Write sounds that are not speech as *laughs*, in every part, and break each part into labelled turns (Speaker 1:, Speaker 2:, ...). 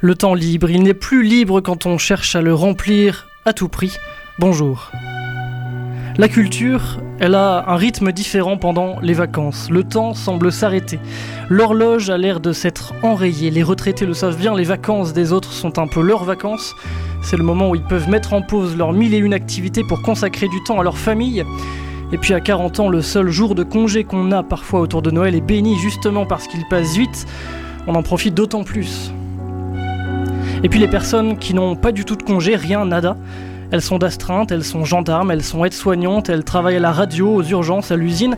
Speaker 1: Le temps libre, il n'est plus libre quand on cherche à le remplir à tout prix. Bonjour. La culture, elle a un rythme différent pendant les vacances. Le temps semble s'arrêter. L'horloge a l'air de s'être enrayée. Les retraités le savent bien, les vacances des autres sont un peu leurs vacances. C'est le moment où ils peuvent mettre en pause leurs mille et une activités pour consacrer du temps à leur famille. Et puis à 40 ans, le seul jour de congé qu'on a parfois autour de Noël est béni justement parce qu'il passe vite. On en profite d'autant plus. Et puis les personnes qui n'ont pas du tout de congé, rien, nada, elles sont d'astreinte, elles sont gendarmes, elles sont aides-soignantes, elles travaillent à la radio, aux urgences, à l'usine.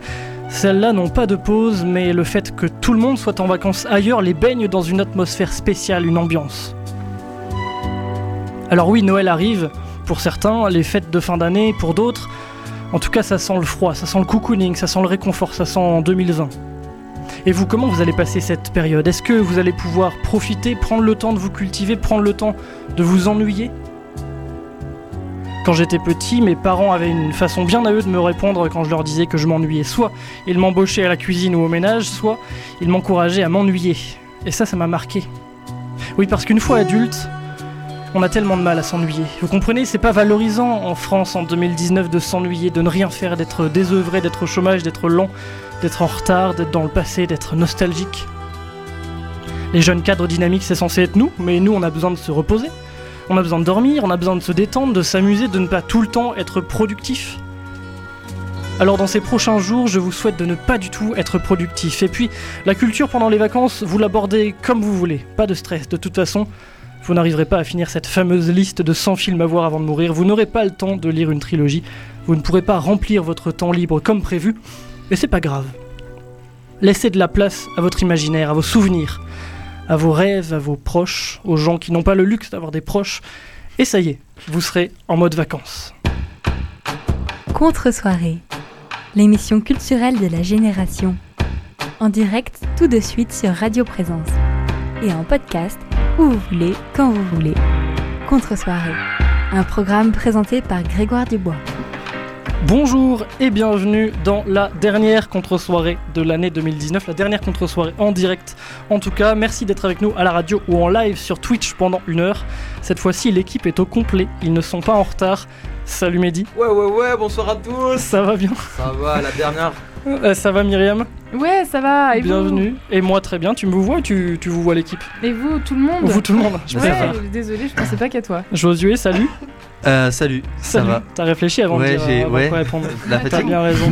Speaker 1: Celles-là n'ont pas de pause, mais le fait que tout le monde soit en vacances ailleurs les baigne dans une atmosphère spéciale, une ambiance. Alors oui, Noël arrive, pour certains, les fêtes de fin d'année, pour d'autres. En tout cas, ça sent le froid, ça sent le cocooning, ça sent le réconfort, ça sent 2020. Et vous, comment vous allez passer cette période Est-ce que vous allez pouvoir profiter, prendre le temps de vous cultiver, prendre le temps de vous ennuyer quand j'étais petit, mes parents avaient une façon bien à eux de me répondre quand je leur disais que je m'ennuyais. Soit ils m'embauchaient à la cuisine ou au ménage, soit ils m'encourageaient à m'ennuyer. Et ça, ça m'a marqué. Oui, parce qu'une fois adulte, on a tellement de mal à s'ennuyer. Vous comprenez, c'est pas valorisant en France en 2019 de s'ennuyer, de ne rien faire, d'être désœuvré, d'être au chômage, d'être lent, d'être en retard, d'être dans le passé, d'être nostalgique. Les jeunes cadres dynamiques, c'est censé être nous, mais nous, on a besoin de se reposer. On a besoin de dormir, on a besoin de se détendre, de s'amuser, de ne pas tout le temps être productif. Alors dans ces prochains jours, je vous souhaite de ne pas du tout être productif. Et puis, la culture pendant les vacances, vous l'abordez comme vous voulez. Pas de stress, de toute façon, vous n'arriverez pas à finir cette fameuse liste de 100 films à voir avant de mourir. Vous n'aurez pas le temps de lire une trilogie. Vous ne pourrez pas remplir votre temps libre comme prévu. Et c'est pas grave. Laissez de la place à votre imaginaire, à vos souvenirs à vos rêves, à vos proches, aux gens qui n'ont pas le luxe d'avoir des proches. Et ça y est, vous serez en mode vacances.
Speaker 2: Contre-soirée, l'émission culturelle de la génération. En direct tout de suite sur Radio Présence. Et en podcast, où vous voulez, quand vous voulez. Contre-soirée, un programme présenté par Grégoire Dubois.
Speaker 1: Bonjour et bienvenue dans la dernière contre-soirée de l'année 2019, la dernière contre-soirée en direct. En tout cas, merci d'être avec nous à la radio ou en live sur Twitch pendant une heure. Cette fois-ci, l'équipe est au complet, ils ne sont pas en retard. Salut Mehdi.
Speaker 3: Ouais, ouais, ouais, bonsoir à tous.
Speaker 1: Ça va bien
Speaker 3: Ça va, Ah, la dernière.
Speaker 1: Euh, Ça va Myriam
Speaker 4: Ouais, ça va. Et vous
Speaker 1: Bienvenue. Et moi très bien, tu me vois ou tu, tu vous vois l'équipe
Speaker 4: Et vous, tout le monde
Speaker 1: Vous tout le monde, je préfère.
Speaker 4: Ouais, désolé, je pensais pas qu'à toi.
Speaker 1: Josué, salut.
Speaker 5: Euh, salut, ça
Speaker 1: Salut.
Speaker 5: va
Speaker 1: T'as réfléchi avant
Speaker 5: Ouais,
Speaker 1: de dire,
Speaker 5: j'ai-
Speaker 1: avant de
Speaker 5: ouais.
Speaker 1: quoi répondre.
Speaker 5: La
Speaker 1: T'as
Speaker 5: fatigue
Speaker 1: bien raison.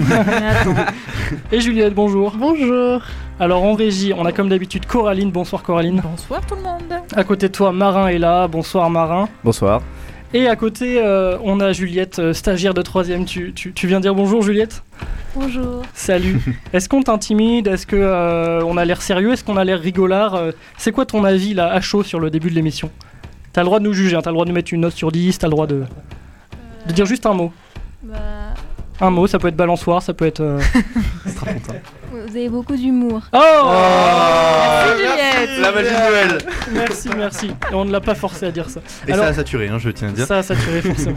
Speaker 1: Et Juliette, bonjour.
Speaker 6: Bonjour.
Speaker 1: Alors en régie, on a comme d'habitude Coraline. Bonsoir Coraline.
Speaker 6: Bonsoir tout le monde.
Speaker 1: À côté de toi, Marin est là. Bonsoir Marin.
Speaker 7: Bonsoir.
Speaker 1: Et à côté, euh, on a Juliette, euh, stagiaire de 3ème. Tu, tu, tu viens dire bonjour Juliette
Speaker 6: Bonjour.
Speaker 1: Salut. Est-ce qu'on t'intimide Est-ce que euh, on a l'air sérieux Est-ce qu'on a l'air rigolard Euh, C'est quoi ton avis là à chaud sur le début de l'émission T'as le droit de nous juger, hein, t'as le droit de nous mettre une note sur 10, t'as le droit de, de dire juste un mot.
Speaker 6: Bah,
Speaker 1: Un mot, ça peut être balançoire, ça peut être... euh,
Speaker 6: vous avez beaucoup d'humour.
Speaker 1: Oh
Speaker 4: Juliette
Speaker 5: La magie de Noël
Speaker 1: Merci, merci. Et on ne l'a pas forcé à dire ça.
Speaker 5: Et
Speaker 1: Alors-
Speaker 5: ça a saturé, hein, je tiens à dire.
Speaker 1: Ça a
Speaker 5: *laughs*
Speaker 1: saturé forcément.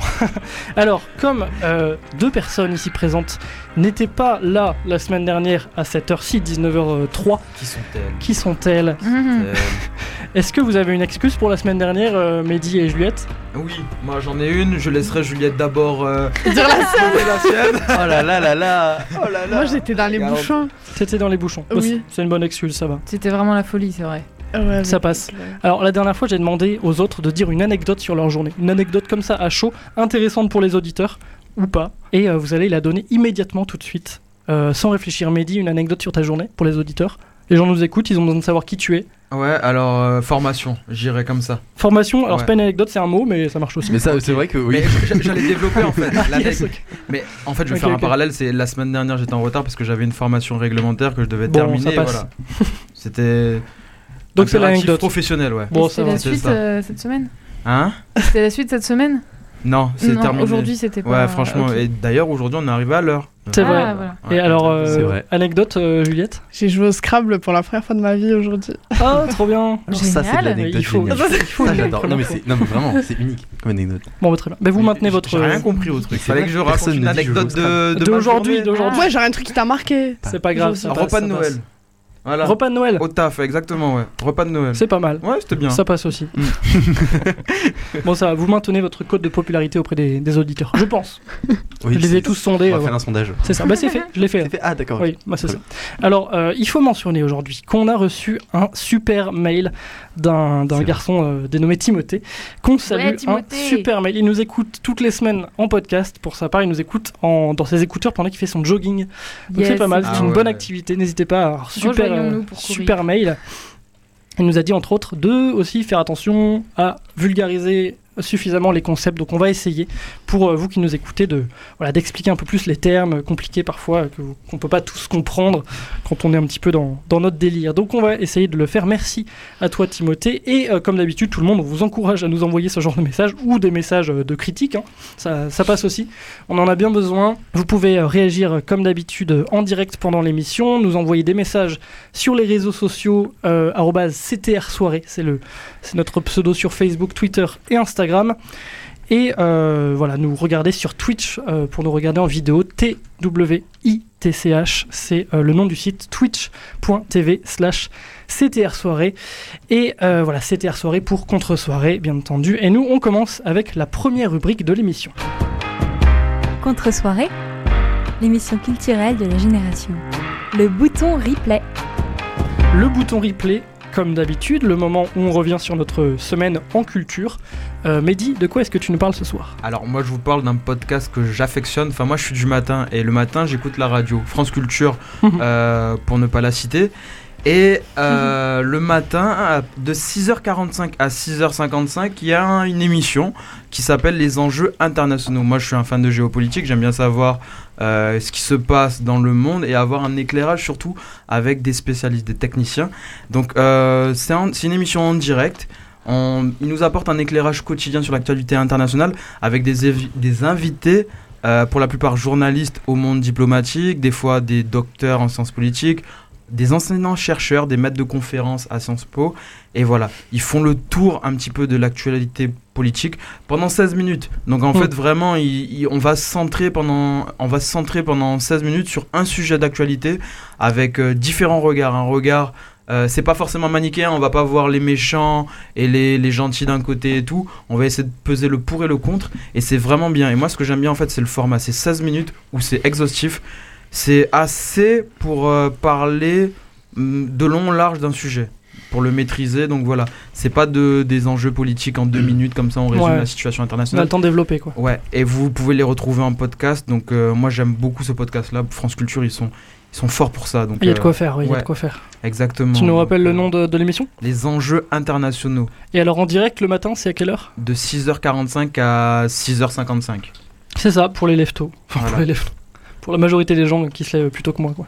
Speaker 1: Alors, comme euh, deux personnes ici présentes n'étaient pas là la semaine dernière à cette heure-ci, 19h03,
Speaker 3: Qui sont-elles
Speaker 1: qui sont-elles
Speaker 4: Mhm.
Speaker 1: *laughs* Est-ce que vous avez une excuse pour la semaine dernière, euh, Mehdi et Juliette
Speaker 3: Oui, moi j'en ai une. Je laisserai Juliette d'abord
Speaker 1: *laughs*
Speaker 3: euh, *laughs*
Speaker 6: Dire la
Speaker 3: trouver la sienne.
Speaker 5: Oh là là là là
Speaker 3: Oh là là.
Speaker 6: Moi j'étais dans les
Speaker 3: Regarde.
Speaker 6: bouchons.
Speaker 1: C'était dans les bouchons.
Speaker 6: Oui. Ah
Speaker 1: C'est- C'est une bonne excuse, ça va.
Speaker 4: C'était vraiment la folie, c'est vrai.
Speaker 6: Ouais,
Speaker 1: Ça
Speaker 6: mais-
Speaker 1: passe. Alors, la dernière fois, j'ai demandé aux autres de dire une anecdote sur leur journée. Une anecdote comme ça, à chaud, intéressante pour les auditeurs, ou pas. Et euh, vous allez la donner immédiatement, tout de suite, euh, sans réfléchir. Mehdi, une anecdote sur ta journée pour les auditeurs. Les gens nous écoutent, ils ont besoin de savoir qui tu es.
Speaker 3: Ouais, alors euh, formation, j'irai comme ça.
Speaker 1: Formation, alors c'est
Speaker 3: Ouais.
Speaker 1: pas une anecdote, c'est un mot, mais ça marche aussi.
Speaker 5: Mais ça, c'est vrai que oui.
Speaker 3: Mais j- j'allais développer en fait. la
Speaker 1: *laughs* Yes,
Speaker 3: nec-
Speaker 1: ok.
Speaker 3: Mais en fait, je vais
Speaker 1: Ok,
Speaker 3: faire
Speaker 1: ok.
Speaker 3: un parallèle. C'est la semaine dernière, j'étais en retard parce que j'avais une formation réglementaire que je devais
Speaker 1: Bon,
Speaker 3: terminer.
Speaker 1: ça passe.
Speaker 3: Voilà. C'était.
Speaker 1: *laughs* Donc c'est
Speaker 3: impératif
Speaker 1: l'anecdote.
Speaker 3: professionnel, ouais.
Speaker 1: Bon,
Speaker 4: Et
Speaker 1: ça
Speaker 4: C'était
Speaker 1: va.
Speaker 4: la
Speaker 3: c'est
Speaker 4: suite
Speaker 3: ça.
Speaker 4: euh, cette semaine
Speaker 3: Hein
Speaker 4: C'était la suite cette semaine
Speaker 3: Non, c'est
Speaker 4: Non,
Speaker 3: terminé.
Speaker 4: Aujourd'hui, c'était
Speaker 3: Ouais,
Speaker 4: pas.
Speaker 3: franchement.
Speaker 4: ok.
Speaker 3: Et d'ailleurs, aujourd'hui, on est arrivé à l'heure.
Speaker 1: C'est
Speaker 4: Ah,
Speaker 1: vrai.
Speaker 4: voilà.
Speaker 1: Et
Speaker 3: Ouais.
Speaker 1: alors, euh,
Speaker 5: C'est vrai.
Speaker 1: anecdote, euh, Juliette
Speaker 8: J'ai joué au Scrabble pour la première fois de ma vie aujourd'hui.
Speaker 1: Ah, trop *laughs* bien
Speaker 5: Alors ça, c'est
Speaker 4: Génial.
Speaker 5: de l'anecdote
Speaker 1: Il faut-
Speaker 5: géniale.
Speaker 1: *laughs* il faut
Speaker 5: Ça,
Speaker 1: le
Speaker 5: j'adore.
Speaker 1: prendre
Speaker 5: Non,
Speaker 1: en
Speaker 5: mais
Speaker 1: compte.
Speaker 5: c'est non, mais vraiment, c'est unique comme anecdote.
Speaker 1: Bon, bah, très bien. Mais vous maintenez
Speaker 5: J'ai-
Speaker 1: votre.
Speaker 5: j'ai rien
Speaker 3: J'ai compris au truc.
Speaker 5: C'est
Speaker 3: Fallait
Speaker 5: vrai
Speaker 3: que je
Speaker 5: que
Speaker 3: raconte
Speaker 5: personne
Speaker 3: une
Speaker 5: ne dit je
Speaker 3: anecdote
Speaker 5: joue au
Speaker 3: de
Speaker 1: D'aujourd'hui,
Speaker 3: d'aujourd'hui.
Speaker 1: d'aujourd'hui.
Speaker 8: Ouais, genre un truc qui t'a marqué.
Speaker 1: C'est pas grave.
Speaker 8: Aujourd'hui.
Speaker 1: ça
Speaker 3: Un repas
Speaker 1: passe,
Speaker 3: de
Speaker 1: ça passe.
Speaker 3: Noël. Voilà.
Speaker 1: Repas de Noël.
Speaker 3: Au taf, exactement, ouais. Repas de Noël.
Speaker 1: C'est pas mal.
Speaker 3: Ouais, c'était bien. Mm.
Speaker 1: Ça passe aussi. *laughs* bon, ça va, vous maintenez votre code de popularité auprès des, des auditeurs. Je pense.
Speaker 5: Oui,
Speaker 1: je les
Speaker 5: c'est-
Speaker 1: ai tous
Speaker 5: On
Speaker 1: sondés.
Speaker 5: va
Speaker 1: euh,
Speaker 5: faire
Speaker 1: ouais.
Speaker 5: un sondage.
Speaker 1: C'est ça. Bah, c'est fait. Je l'ai fait.
Speaker 5: *laughs* C'est fait- Ah, d'accord.
Speaker 1: Oui, bah, c'est
Speaker 5: Très
Speaker 1: ça. Alors, euh, il faut mentionner aujourd'hui qu'on a reçu un super mail d'un d'un
Speaker 5: C'est
Speaker 1: garçon euh, dénommé Timothée, qu'on salue.
Speaker 4: Timothée.
Speaker 1: Un super mail. Il nous écoute toutes les semaines en podcast. Pour sa part, il nous écoute en, dans ses écouteurs pendant qu'il fait son jogging. Donc
Speaker 4: Yes.
Speaker 1: c'est pas mal, c'est
Speaker 3: Ah
Speaker 1: une
Speaker 3: ouais.
Speaker 1: bonne activité. N'hésitez pas. Alors, super,
Speaker 4: Rejoignons-nous
Speaker 1: euh,
Speaker 4: pour courir.
Speaker 1: super mail. Il nous a dit entre autres de aussi faire attention à vulgariser suffisamment les concepts. Donc on va essayer pour euh, vous qui nous écoutez de voilà d'expliquer un peu plus les termes compliqués parfois que vous- qu'on peut pas tous comprendre quand on est un petit peu dans, dans notre délire. Donc on va essayer de le faire. Merci à toi Timothée et euh, comme d'habitude tout le monde on vous encourage à nous envoyer ce genre de messages ou des messages euh, de critique. hein. Ça, ça passe aussi. On en a bien besoin. Vous pouvez euh, réagir euh, comme d'habitude euh, en direct pendant l'émission, nous envoyer des messages sur les réseaux sociaux euh, arobase @ctrsoirée, c'est le c'est notre pseudo sur Facebook, Twitter et Instagram. Et euh, voilà, nous regarder sur Twitch euh, pour nous regarder en vidéo. T-W-I-T-C-H, c'est euh, le nom du site twitch.tv slash CTR Soirée. Et euh, voilà, CTR Soirée pour contre-soirée, bien entendu. Et nous, on commence avec la première rubrique de l'émission.
Speaker 2: Contre-soirée, l'émission culturelle de la génération. Le bouton replay.
Speaker 1: Le bouton replay, comme d'habitude, le moment où on revient sur notre semaine en culture. Euh, Mehdi, de quoi est-ce que tu nous parles ce soir
Speaker 3: Alors moi je vous parle d'un podcast que j'affectionne, enfin moi je suis du matin et le matin j'écoute la radio, France Culture
Speaker 1: Mhm.
Speaker 3: euh, pour ne pas la citer. Et euh, le matin à- de 6h45 à 6h55 il y a un- une émission qui s'appelle les enjeux internationaux. Moi je suis un fan de géopolitique, j'aime bien savoir euh, ce qui se passe dans le monde et avoir un éclairage surtout avec des spécialistes, des techniciens. Donc euh, c'est un- c'est une émission en direct. On, il nous apporte un éclairage quotidien sur l'actualité internationale avec des, évi- des invités, euh, pour la plupart journalistes au monde diplomatique, des fois des docteurs en sciences politiques, des enseignants-chercheurs, des maîtres de conférences à Sciences Po. Et voilà, ils font le tour un petit peu de l'actualité politique pendant 16 minutes. Donc en
Speaker 1: Mm.
Speaker 3: fait, vraiment, il- il- on, va se centrer pendant, on va se centrer pendant 16 minutes sur un sujet d'actualité avec euh, différents regards. Un regard, euh, c'est pas forcément manichéen, on va pas voir les méchants et les, les gentils d'un côté et tout. On va essayer de peser le pour et le contre et c'est vraiment bien. Et moi, ce que j'aime bien en fait, c'est le format. C'est 16 minutes où c'est exhaustif. C'est assez pour euh, parler hum, de long en large d'un sujet, pour le maîtriser. Donc voilà, c'est pas de, des enjeux politiques en deux minutes comme ça. On résume
Speaker 1: Mm. Ouais.
Speaker 3: la situation
Speaker 1: On a le
Speaker 3: internationale.
Speaker 1: temps de développer quoi.
Speaker 3: Ouais. Et vous pouvez les retrouver en podcast. Donc euh, moi, j'aime beaucoup ce podcast-là. France Culture, ils sont ils sont forts pour ça. Donc
Speaker 1: Il y a de
Speaker 3: euh,
Speaker 1: quoi faire, oui, il y a
Speaker 3: ouais.
Speaker 1: de quoi faire.
Speaker 3: Exactement. Euh,
Speaker 1: Tu nous rappelles le nom de, de l'émission
Speaker 3: Les enjeux internationaux
Speaker 1: Et alors en direct le matin, c'est à quelle heure
Speaker 3: de 6h45 à 6h55.
Speaker 1: C'est ça, pour les leftos. Enfin, pour
Speaker 3: Voilà.
Speaker 1: les leftos. Pour la majorité des gens qui se lèvent plus tôt que moi, *laughs* quoi.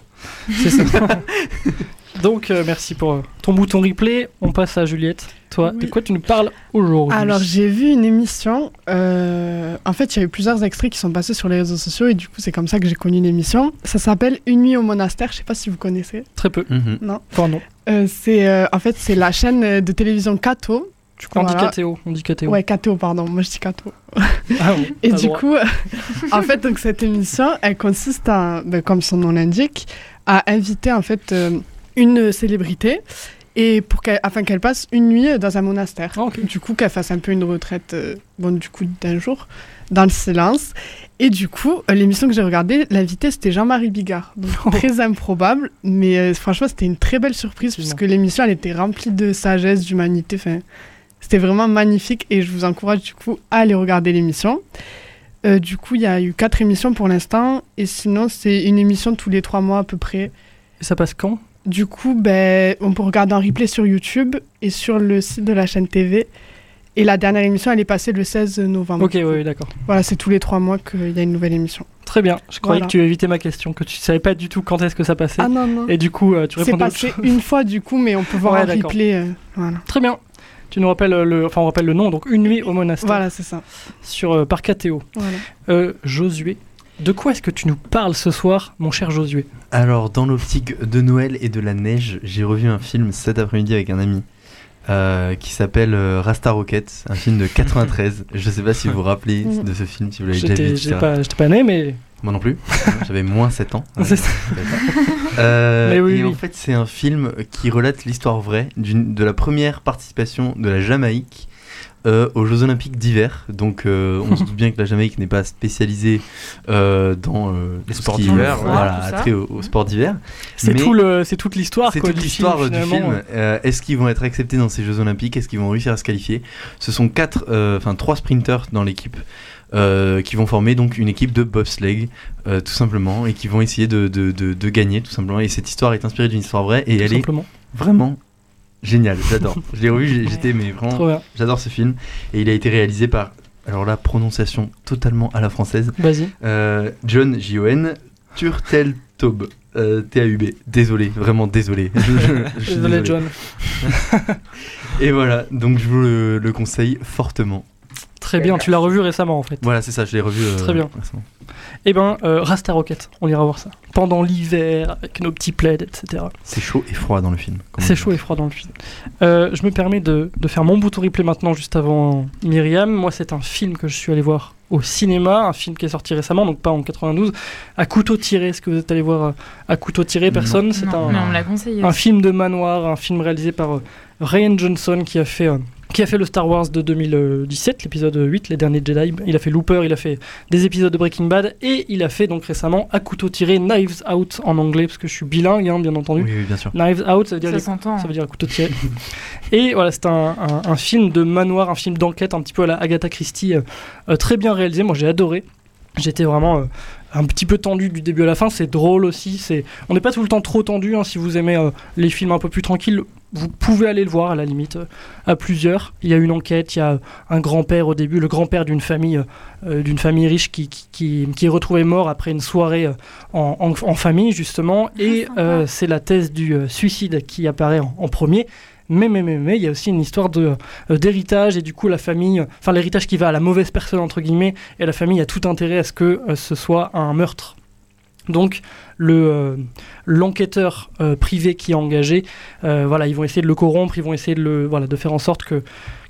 Speaker 1: C'est ça. *laughs* Donc, euh, merci pour euh, ton bouton replay. On passe à Juliette. Toi,
Speaker 8: Oui.
Speaker 1: de quoi tu nous parles aujourd'hui
Speaker 8: Alors j'ai vu une émission. euh, En fait, il y a eu plusieurs extraits qui sont passés sur les réseaux sociaux et du coup, c'est comme ça que j'ai connu l'émission. Ça s'appelle Une nuit au monastère. Je sais pas si vous connaissez.
Speaker 1: Très peu.
Speaker 5: Mhm.
Speaker 1: Enfin, non.
Speaker 8: Euh, c'est euh, en fait c'est la chaîne de télévision Kato. Du coup,
Speaker 1: On dit
Speaker 8: voilà.
Speaker 1: KTO. On dit KTO.
Speaker 8: Ouais, Kato, pardon. Moi, je dis Kato.
Speaker 1: Ah bon,
Speaker 8: Et
Speaker 1: t'as
Speaker 8: du
Speaker 1: le droit.
Speaker 8: coup, *laughs* en fait, donc cette émission, elle consiste à, ben, comme son nom l'indique, à inviter en fait euh, une célébrité et pour qu'elle- afin qu'elle passe une nuit dans un monastère.
Speaker 1: Ah, ok.
Speaker 8: Du coup, qu'elle fasse un peu une retraite, euh, bon, du coup, d'un jour, dans le silence. Et du coup, euh, l'émission que j'ai regardée, l'invité, c'était Jean-Marie Bigard. Donc,
Speaker 1: Oh.
Speaker 8: très improbable, mais euh, franchement, c'était une très belle surprise,
Speaker 1: Excuse-moi.
Speaker 8: puisque l'émission, elle était remplie de sagesse, d'humanité. Enfin, c'était vraiment magnifique, et je vous encourage, du coup, à aller regarder l'émission. Euh, du coup, il y a eu quatre émissions pour l'instant, et sinon, c'est une émission tous les trois mois à peu près.
Speaker 1: Et ça passe quand
Speaker 8: Du coup, ben, on peut regarder en replay sur YouTube et sur le site de la chaîne TV. Et la dernière émission, elle est passée le 16 novembre.
Speaker 1: Ok, oui, d'accord.
Speaker 8: Voilà, c'est tous les trois mois qu'il y a une nouvelle émission.
Speaker 1: Très bien. Je croyais
Speaker 8: Voilà. Ah,
Speaker 1: que tu évitais ma question, que tu savais pas du tout quand est-ce que ça passait.
Speaker 8: non, non.
Speaker 1: Et du coup, euh, tu
Speaker 8: C'est
Speaker 1: répondais autre
Speaker 8: passé
Speaker 1: chose.
Speaker 8: une fois du coup, mais on peut voir
Speaker 1: Ouais,
Speaker 8: en
Speaker 1: d'accord.
Speaker 8: replay. euh, voilà,
Speaker 1: Très bien. *laughs* Tu nous rappelles euh, le, enfin, on rappelle le nom. Donc, une nuit au monastère
Speaker 8: Voilà, c'est ça.
Speaker 1: sur euh, par KTO.
Speaker 8: Voilà.
Speaker 1: Euh, Josué, de quoi est-ce que tu nous parles ce soir, mon cher Josué
Speaker 5: Alors, dans l'optique de Noël et de la neige, j'ai revu un film cet après-midi avec un ami euh, qui s'appelle euh, Rasta Rocket,
Speaker 1: *laughs*
Speaker 5: un film de 93. Je sais pas si vous vous rappelez de ce film, si vous l'avez déjà vu.
Speaker 1: Mm. J'étais
Speaker 5: etc.
Speaker 1: j'étais pas, j'étais pas né, mais
Speaker 5: Moi
Speaker 1: *laughs*
Speaker 5: non plus. J'avais moins 7 ans. *laughs*
Speaker 1: C'est ça.
Speaker 5: Euh,
Speaker 1: Mais oui,
Speaker 5: et en
Speaker 1: oui.
Speaker 5: fait, c'est un film qui relate l'histoire vraie d'une- de la première participation de la Jamaïque euh, aux Jeux Olympiques d'hiver. Donc, euh, on se doute bien que la Jamaïque n'est pas spécialisée euh, dans euh,
Speaker 3: Les
Speaker 5: tout ce
Speaker 3: sports
Speaker 5: qui est,
Speaker 3: d'hiver,
Speaker 5: euh,
Speaker 3: ouais.
Speaker 5: voilà,
Speaker 4: Tout ça.
Speaker 5: attrait au, au sport d'hiver.
Speaker 1: C'est
Speaker 5: Mais
Speaker 1: tout le- c'est toute l'histoire.
Speaker 5: C'est
Speaker 1: quoi,
Speaker 5: toute l'histoire euh, du film.
Speaker 1: finalement.
Speaker 5: Euh, Est-ce qu'ils vont être acceptés dans ces Jeux Olympiques Est-ce qu'ils vont réussir à se qualifier Ce sont quatre, euh, enfin trois sprinters dans l'équipe euh, qui vont former donc une équipe de bobsleigh, euh, tout simplement, et qui vont essayer de, de- de- de gagner, tout simplement. Et cette histoire est inspirée d'une histoire vraie et
Speaker 1: Tout
Speaker 5: elle est
Speaker 1: simplement.
Speaker 5: vraiment géniale.
Speaker 1: *laughs*
Speaker 5: J'adore. Je l'ai revu, j'ai- j'étais mais vraiment,
Speaker 1: Trop bien.
Speaker 5: j'adore ce film. Et il a été réalisé par, alors là, prononciation totalement à la française,
Speaker 1: Vas-y.
Speaker 5: euh, John J.O.N. Turteltaub. Euh, T-A-U-B. Désolé, vraiment désolé. *laughs* Je- je- je suis
Speaker 1: Désolé, John.
Speaker 5: *laughs* Et voilà, donc je vous le, le conseille fortement.
Speaker 1: Très bien. Tu l'as revu récemment en fait.
Speaker 5: Voilà, c'est ça, je l'ai revu. euh,
Speaker 1: Très bien.
Speaker 5: récemment.
Speaker 1: Eh ben, euh, Rasta Rocket. On ira voir ça. Pendant l'hiver, avec nos petits plaids, etc.
Speaker 5: C'est chaud et froid dans le film. comme on
Speaker 1: C'est
Speaker 5: dit.
Speaker 1: chaud et froid dans le film. Euh, je me permets de, de faire mon bouton replay maintenant, juste avant Myriam. Moi, c'est un film que je suis allé voir au cinéma, un film qui est sorti récemment, donc pas en 92. À couteau tiré, est-ce que vous êtes allé voir euh, à couteau tiré
Speaker 5: Non.
Speaker 1: Personne C'est
Speaker 4: Non,
Speaker 1: un,
Speaker 4: mais on me l'a conseillé.
Speaker 1: un film de manoir, un film réalisé par euh, Ryan Johnson qui a fait. euh, qui a fait le Star Wars de 2017, l'épisode 8, les derniers Jedi. Il a fait Looper, il a fait des épisodes de Breaking Bad et il a fait donc récemment à couteau tiré Knives Out en anglais parce que je suis bilingue, hein, bien entendu.
Speaker 5: Oui, oui, bien sûr.
Speaker 1: Knives Out, ça veut dire
Speaker 4: Ça
Speaker 1: les
Speaker 4: s'entend.
Speaker 1: ça veut dire un couteau tiré. *laughs* Et voilà, c'est un, un- un film de manoir, un film d'enquête, un petit peu à la Agatha Christie, euh, euh, très bien réalisé. Moi, j'ai adoré. J'étais vraiment euh, un petit peu tendu du début à la fin. C'est drôle aussi. C'est, on n'est pas tout le temps trop tendu. hein. si vous aimez euh, les films un peu plus tranquilles, vous pouvez aller le voir à la limite euh, à plusieurs. Il y a une enquête. Il y a un grand-père au début, le grand-père d'une famille, euh, euh, d'une famille riche qui, qui, qui- qui est retrouvé mort après une soirée euh, en, en- en famille justement. Et
Speaker 6: sympa.
Speaker 1: euh, c'est la thèse du euh, suicide qui apparaît en, en premier. Mais, mais, mais, mais, il y a aussi une histoire de, euh, d'héritage et du coup, la famille, enfin, l'héritage qui va à la mauvaise personne, entre guillemets, et la famille a tout intérêt à ce que euh, ce soit un meurtre. Donc, le, euh, l'enquêteur euh, privé qui est engagé, euh, voilà, ils vont essayer de le corrompre, ils vont essayer de, le, voilà, de faire en sorte que,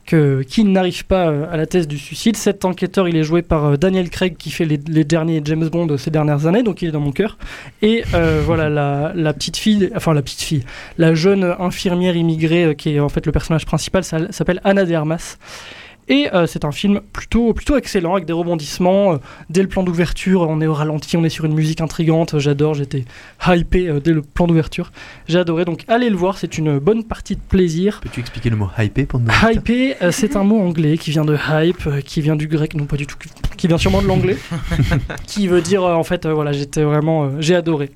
Speaker 1: que qu'il n'arrive pas euh, à la thèse du suicide. Cet enquêteur, il est joué par euh, Daniel Craig qui fait les, les derniers James Bond de ces dernières années, donc il est dans mon cœur. Et euh, *laughs* voilà, la, la petite fille, enfin la petite fille, la jeune infirmière immigrée euh, qui est en fait le personnage principal, ça- s'appelle Anna de Armas. Et euh, c'est un film plutôt, plutôt excellent avec des rebondissements. euh, dès le plan d'ouverture, on est au ralenti, on est sur une musique intrigante. euh, J'adore, j'étais hypé euh, dès le plan d'ouverture. J'ai adoré, donc allez le voir, c'est une bonne partie de plaisir.
Speaker 5: Peux-tu expliquer le mot hypé pour nous
Speaker 1: Hypé, euh, c'est un mot anglais qui vient de hype, euh, qui vient du grec, non pas du tout, qui vient sûrement
Speaker 5: *laughs*
Speaker 1: de l'anglais, qui veut dire euh, en fait, euh, voilà, j'étais vraiment, euh, j'ai adoré.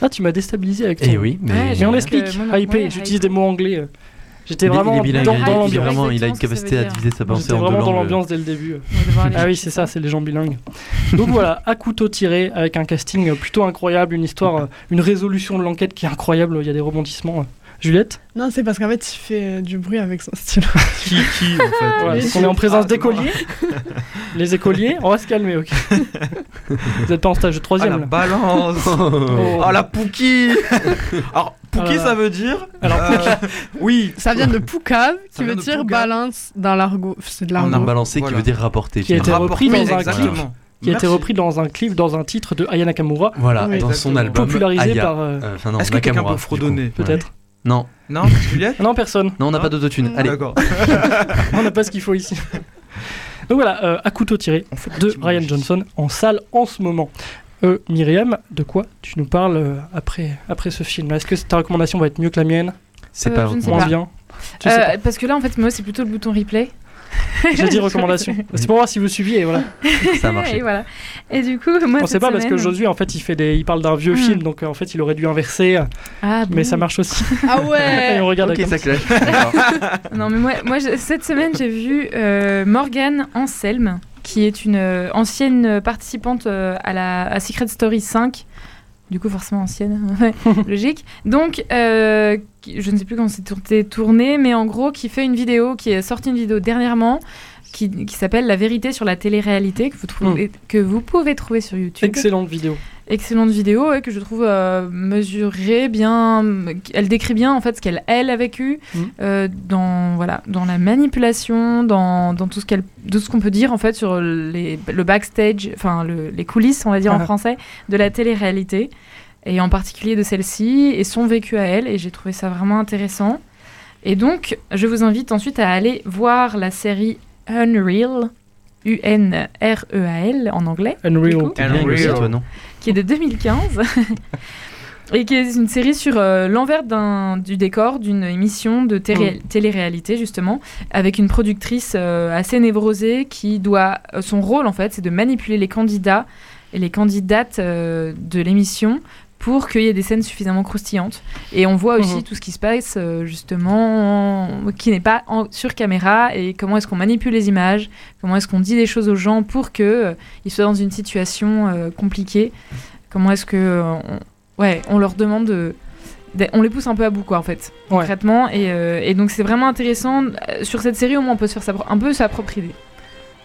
Speaker 1: Ah, tu m'as déstabilisé avec ton-
Speaker 5: Eh oui, mais.
Speaker 4: Ouais,
Speaker 1: mais on
Speaker 4: Parce que
Speaker 1: explique.
Speaker 4: moi, non- ouais,
Speaker 1: hypé, j'utilise
Speaker 4: hype.
Speaker 1: des mots anglais. euh, J'étais
Speaker 5: Il est- il est
Speaker 1: vraiment
Speaker 5: bilingue,
Speaker 1: dans,
Speaker 5: il-
Speaker 1: dans
Speaker 5: il, est
Speaker 1: l'ambiance.
Speaker 5: vraiment, il a une
Speaker 4: Exactement ce que
Speaker 5: capacité
Speaker 4: ça
Speaker 5: à
Speaker 4: veut dire.
Speaker 5: diviser sa pensée
Speaker 1: J'étais
Speaker 5: en deux
Speaker 1: vraiment dans
Speaker 5: langues. euh.
Speaker 1: l'ambiance dès le début.
Speaker 4: On va devoir aller
Speaker 1: Ah oui,
Speaker 4: chercher
Speaker 1: c'est ça, c'est les gens bilingues. Donc voilà, à couteau tiré, avec un casting plutôt incroyable, une histoire, euh, une résolution de l'enquête qui est incroyable, il y a des rebondissements. euh. Juliette
Speaker 8: Non, c'est parce qu'en fait, il fait euh, du bruit avec son stylo.
Speaker 5: *laughs* Qui, qui, en fait
Speaker 1: Voilà,
Speaker 8: oui.
Speaker 1: On est en présence
Speaker 3: Ah,
Speaker 8: *laughs*
Speaker 1: d'écoliers. les écoliers, on va se calmer, ok Vous êtes pas en stage
Speaker 3: Ah,
Speaker 1: de
Speaker 3: la
Speaker 1: troisième là
Speaker 3: balance
Speaker 1: Oh.
Speaker 5: Ah,
Speaker 3: Oh la Pouki Alors Pouki
Speaker 1: Ah.
Speaker 3: ça veut dire
Speaker 1: Alors,
Speaker 3: euh, oui
Speaker 8: Ça vient de Poucave,
Speaker 3: Ça
Speaker 8: qui veut
Speaker 3: vient de
Speaker 8: dire
Speaker 3: Poucave.
Speaker 8: balance dans l'argot. C'est de
Speaker 5: On a
Speaker 8: l'argot.
Speaker 5: balancé
Speaker 3: Voilà.
Speaker 5: qui veut dire rapporter.
Speaker 1: Qui a été
Speaker 5: finalement.
Speaker 1: repris
Speaker 3: Rapporté,
Speaker 1: dans un
Speaker 3: exactement.
Speaker 5: clip
Speaker 1: Qui a
Speaker 3: Merci.
Speaker 1: été repris dans un clip, dans un titre de Aya Nakamura,
Speaker 5: Voilà,
Speaker 8: Oui.
Speaker 5: dans son
Speaker 3: Exactement.
Speaker 5: album.
Speaker 1: popularisé
Speaker 5: Aya.
Speaker 1: par. euh,
Speaker 5: Euh, Enfin, non,
Speaker 3: Est-ce que quelqu'un
Speaker 5: Nakamura,
Speaker 3: peut
Speaker 5: du coup.
Speaker 3: fredonner
Speaker 1: Peut-être.
Speaker 5: Non,
Speaker 3: Non Juliette
Speaker 1: Ah Non, personne.
Speaker 5: non, on n'a
Speaker 3: Non.
Speaker 5: pas d'autotune. Allez,
Speaker 3: Hein Ah, D'accord.
Speaker 1: *laughs* On n'a pas ce qu'il
Speaker 3: *laughs*
Speaker 1: faut ici. Donc voilà, euh, à couteau tiré de
Speaker 3: petit
Speaker 1: Ryan
Speaker 3: mot.
Speaker 1: Johnson en salle en ce moment. Euh, Myriam, de quoi tu nous parles euh, après, après ce film Est-ce que ta recommandation va être mieux que la mienne
Speaker 5: c'est
Speaker 4: Euh,
Speaker 5: pas.
Speaker 4: je ne sais
Speaker 1: Moins
Speaker 4: pas.
Speaker 1: bien Je
Speaker 4: Euh,
Speaker 1: sais
Speaker 4: parce que là, en fait, moi, c'est plutôt le bouton replay.
Speaker 1: pas. *laughs*
Speaker 4: *laughs*
Speaker 1: J'ai dit recommandation. C'est pour voir si vous suiviez. Voilà.
Speaker 5: Ça a marché.
Speaker 4: Et voilà. Et du coup, moi,
Speaker 1: On sait
Speaker 4: cette
Speaker 1: pas parce que
Speaker 4: semaine-
Speaker 1: Josué, en fait, il, fait des, il parle d'un vieux
Speaker 4: Hmm.
Speaker 1: film, donc euh, en fait, il aurait dû inverser, euh,
Speaker 4: Ah,
Speaker 1: mais
Speaker 4: bon.
Speaker 1: ça marche aussi.
Speaker 8: Ah
Speaker 1: *laughs* Et
Speaker 8: ouais
Speaker 1: on regarde
Speaker 5: Ok,
Speaker 1: avec
Speaker 5: ça clash. D'accord.
Speaker 4: *laughs* Non, mais moi, moi je- cette semaine, j'ai vu euh, Morgane Anselme, qui est une euh, ancienne euh, participante euh, à, la, à Secret Story 5. Du coup, forcément ancienne, *laughs* Ouais, logique. Donc, euh, qui- je ne sais plus quand c'était tourné, mais en gros, qui fait une vidéo, qui est sorti une vidéo dernièrement, qui, qui s'appelle La vérité sur la télé-réalité, que vous, trouvez, que vous pouvez trouver sur YouTube.
Speaker 1: Excellente vidéo.
Speaker 4: excellente vidéo ouais, que je trouve euh, mesurée, bien. Elle décrit bien en fait ce qu'elle elle a vécu
Speaker 1: Mhm.
Speaker 4: euh, dans voilà dans la manipulation, dans, dans tout ce qu'elle, de ce qu'on peut dire en fait sur les, le backstage, enfin le- les coulisses on va dire en
Speaker 1: Ah.
Speaker 4: français de la télé-réalité et en particulier de celle-ci et son vécu à elle et j'ai trouvé ça vraiment intéressant. Et donc je vous invite ensuite à aller voir la série Unreal, U N R E A L en anglais Du
Speaker 1: Unreal.
Speaker 4: coup-
Speaker 5: T'es bien
Speaker 3: Unreal.
Speaker 5: aussi, toi, non
Speaker 4: qui est de 2015 *laughs* et qui est une série sur euh, l'envers d'un- du décor d'une émission de télé- télé-réalité justement avec une productrice euh, assez névrosée qui doit euh, son rôle en fait c'est de manipuler les candidats et les candidates euh, de l'émission pour qu'il y ait des scènes suffisamment croustillantes et on voit aussi
Speaker 1: Mhm.
Speaker 4: tout ce qui se passe euh, justement en- qui n'est pas en- sur caméra et comment est-ce qu'on manipule les images comment est-ce qu'on dit des choses aux gens pour que euh, ils soient dans une situation euh, compliquée comment est-ce que euh, on, ouais on leur demande de- de- on les pousse un peu à bout quoi en fait
Speaker 1: Ouais.
Speaker 4: concrètement et, euh, et donc c'est vraiment intéressant Euh, sur cette série au moins on peut se faire sa pro- un peu sa propre idée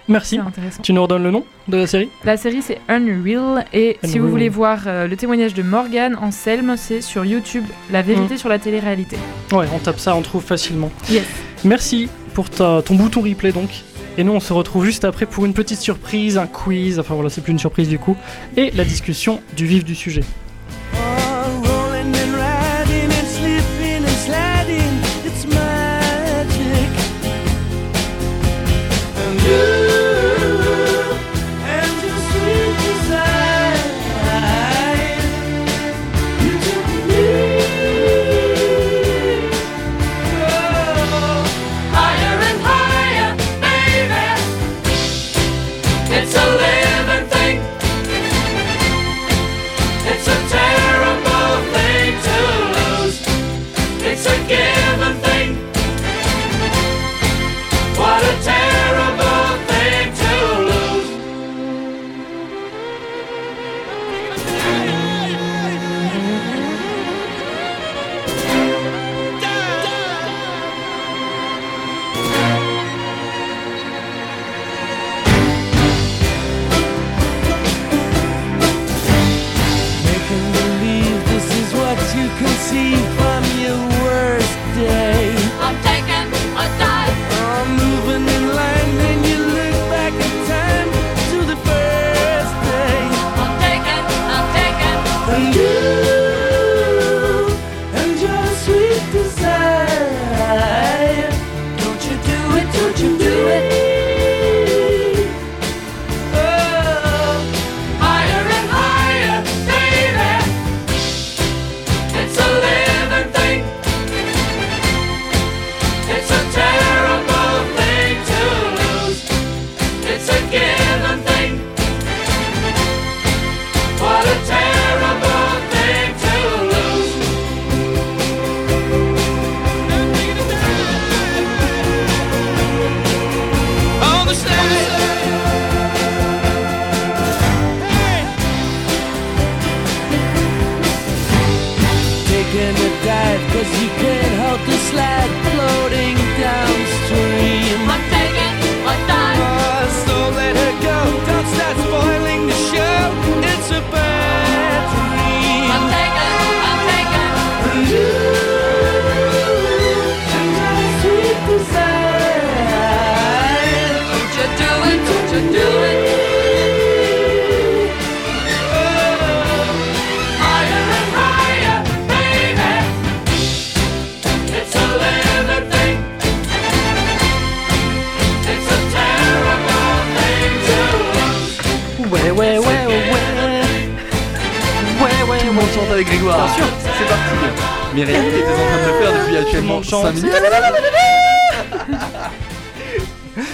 Speaker 4: c'est
Speaker 1: Merci.
Speaker 4: intéressant
Speaker 1: Tu nous redonnes le nom de la série
Speaker 4: la série c'est Unreal et si vous
Speaker 1: Unreal.
Speaker 4: voulez voir euh, le témoignage de Morgan Anselme c'est sur YouTube la
Speaker 1: Mm.
Speaker 4: vérité sur la télé-réalité
Speaker 1: Ouais, on tape ça, on trouve facilement.
Speaker 4: Yes.
Speaker 1: Merci pour ta- ton bouton replay donc. Et nous, on se retrouve juste après pour une petite surprise, un quiz, enfin voilà, c'est plus une surprise du coup, et la discussion du vif du sujet.
Speaker 7: rolling and riding and slipping and sliding. It's magic. And you and your sweet desire. You took me. Oh, higher and higher, baby. It's a living thing. It's a terrible thing to lose. It's a given thing. What a terrible thing to lose. Making believe this is what you conceive from your worst day.
Speaker 9: I'm taking a dive.
Speaker 7: I'm moving in line, then you look back in time to the first day.
Speaker 9: I'm taking, I'm taking.
Speaker 7: And you and your sweet desire. Don't you do it, don't you do it. Oh, higher and higher, baby. It's a living thing. It's a terrible thing to lose. It's a given thing. What a terrible thing to lose. On the stage. Taking a dive cause you can't hold the slide floating downstream. Ah,
Speaker 9: I'm taking a dive.
Speaker 7: So let her go. Don't start spoiling the show. It's a bad dream.
Speaker 9: I'm taking, I'm taking.
Speaker 7: And you and your sweet desire.
Speaker 9: Don't you do it? Don't you do it?
Speaker 7: Higher and higher, baby. It's a living thing. It's a terrible thing to lose.
Speaker 1: Ouais, ouais, ouais, ouais.
Speaker 5: Tout le monde chante avec Grégoire. Bien sûr, c'est parti. Mireille était en train de le faire depuis actuellement
Speaker 1: monde chante.
Speaker 5: 5 minutes.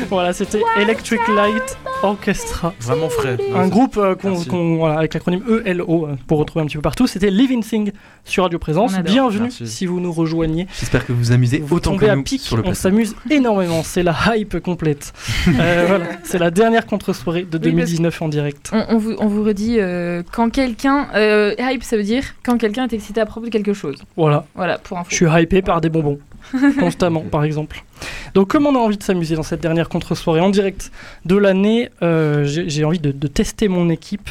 Speaker 1: Voilà, c'était Electric Light Orchestra.
Speaker 3: Vraiment frais.
Speaker 1: Un groupe euh, qu'on-
Speaker 5: Merci.
Speaker 1: qu'on- voilà, avec l'acronyme ELO euh, pour retrouver un petit peu partout. C'était Living Thing sur Radio Présence.
Speaker 4: On adore.
Speaker 1: Bienvenue
Speaker 3: Merci.
Speaker 1: si vous nous rejoignez.
Speaker 5: J'espère que vous amusez
Speaker 1: Vous
Speaker 5: autant que
Speaker 1: tombez à
Speaker 5: nous
Speaker 1: pic,
Speaker 5: sur le
Speaker 1: on
Speaker 5: plateau.
Speaker 1: s'amuse énormément, c'est la hype
Speaker 5: *laughs*
Speaker 1: complète. Euh, voilà, c'est la dernière contre-soirée de
Speaker 4: parce que-
Speaker 1: 2019 en direct.
Speaker 4: on, on vous, on vous redit euh, quand quelqu'un euh, hype ça veut dire quand quelqu'un est excité à propos de quelque chose
Speaker 1: Voilà,
Speaker 4: voilà pour info
Speaker 1: je suis hypé par des bonbons, constamment par exemple. Donc comme on a envie de s'amuser dans cette dernière contre-soirée en direct de l'année, euh, j'ai j'ai envie de, de tester mon équipe.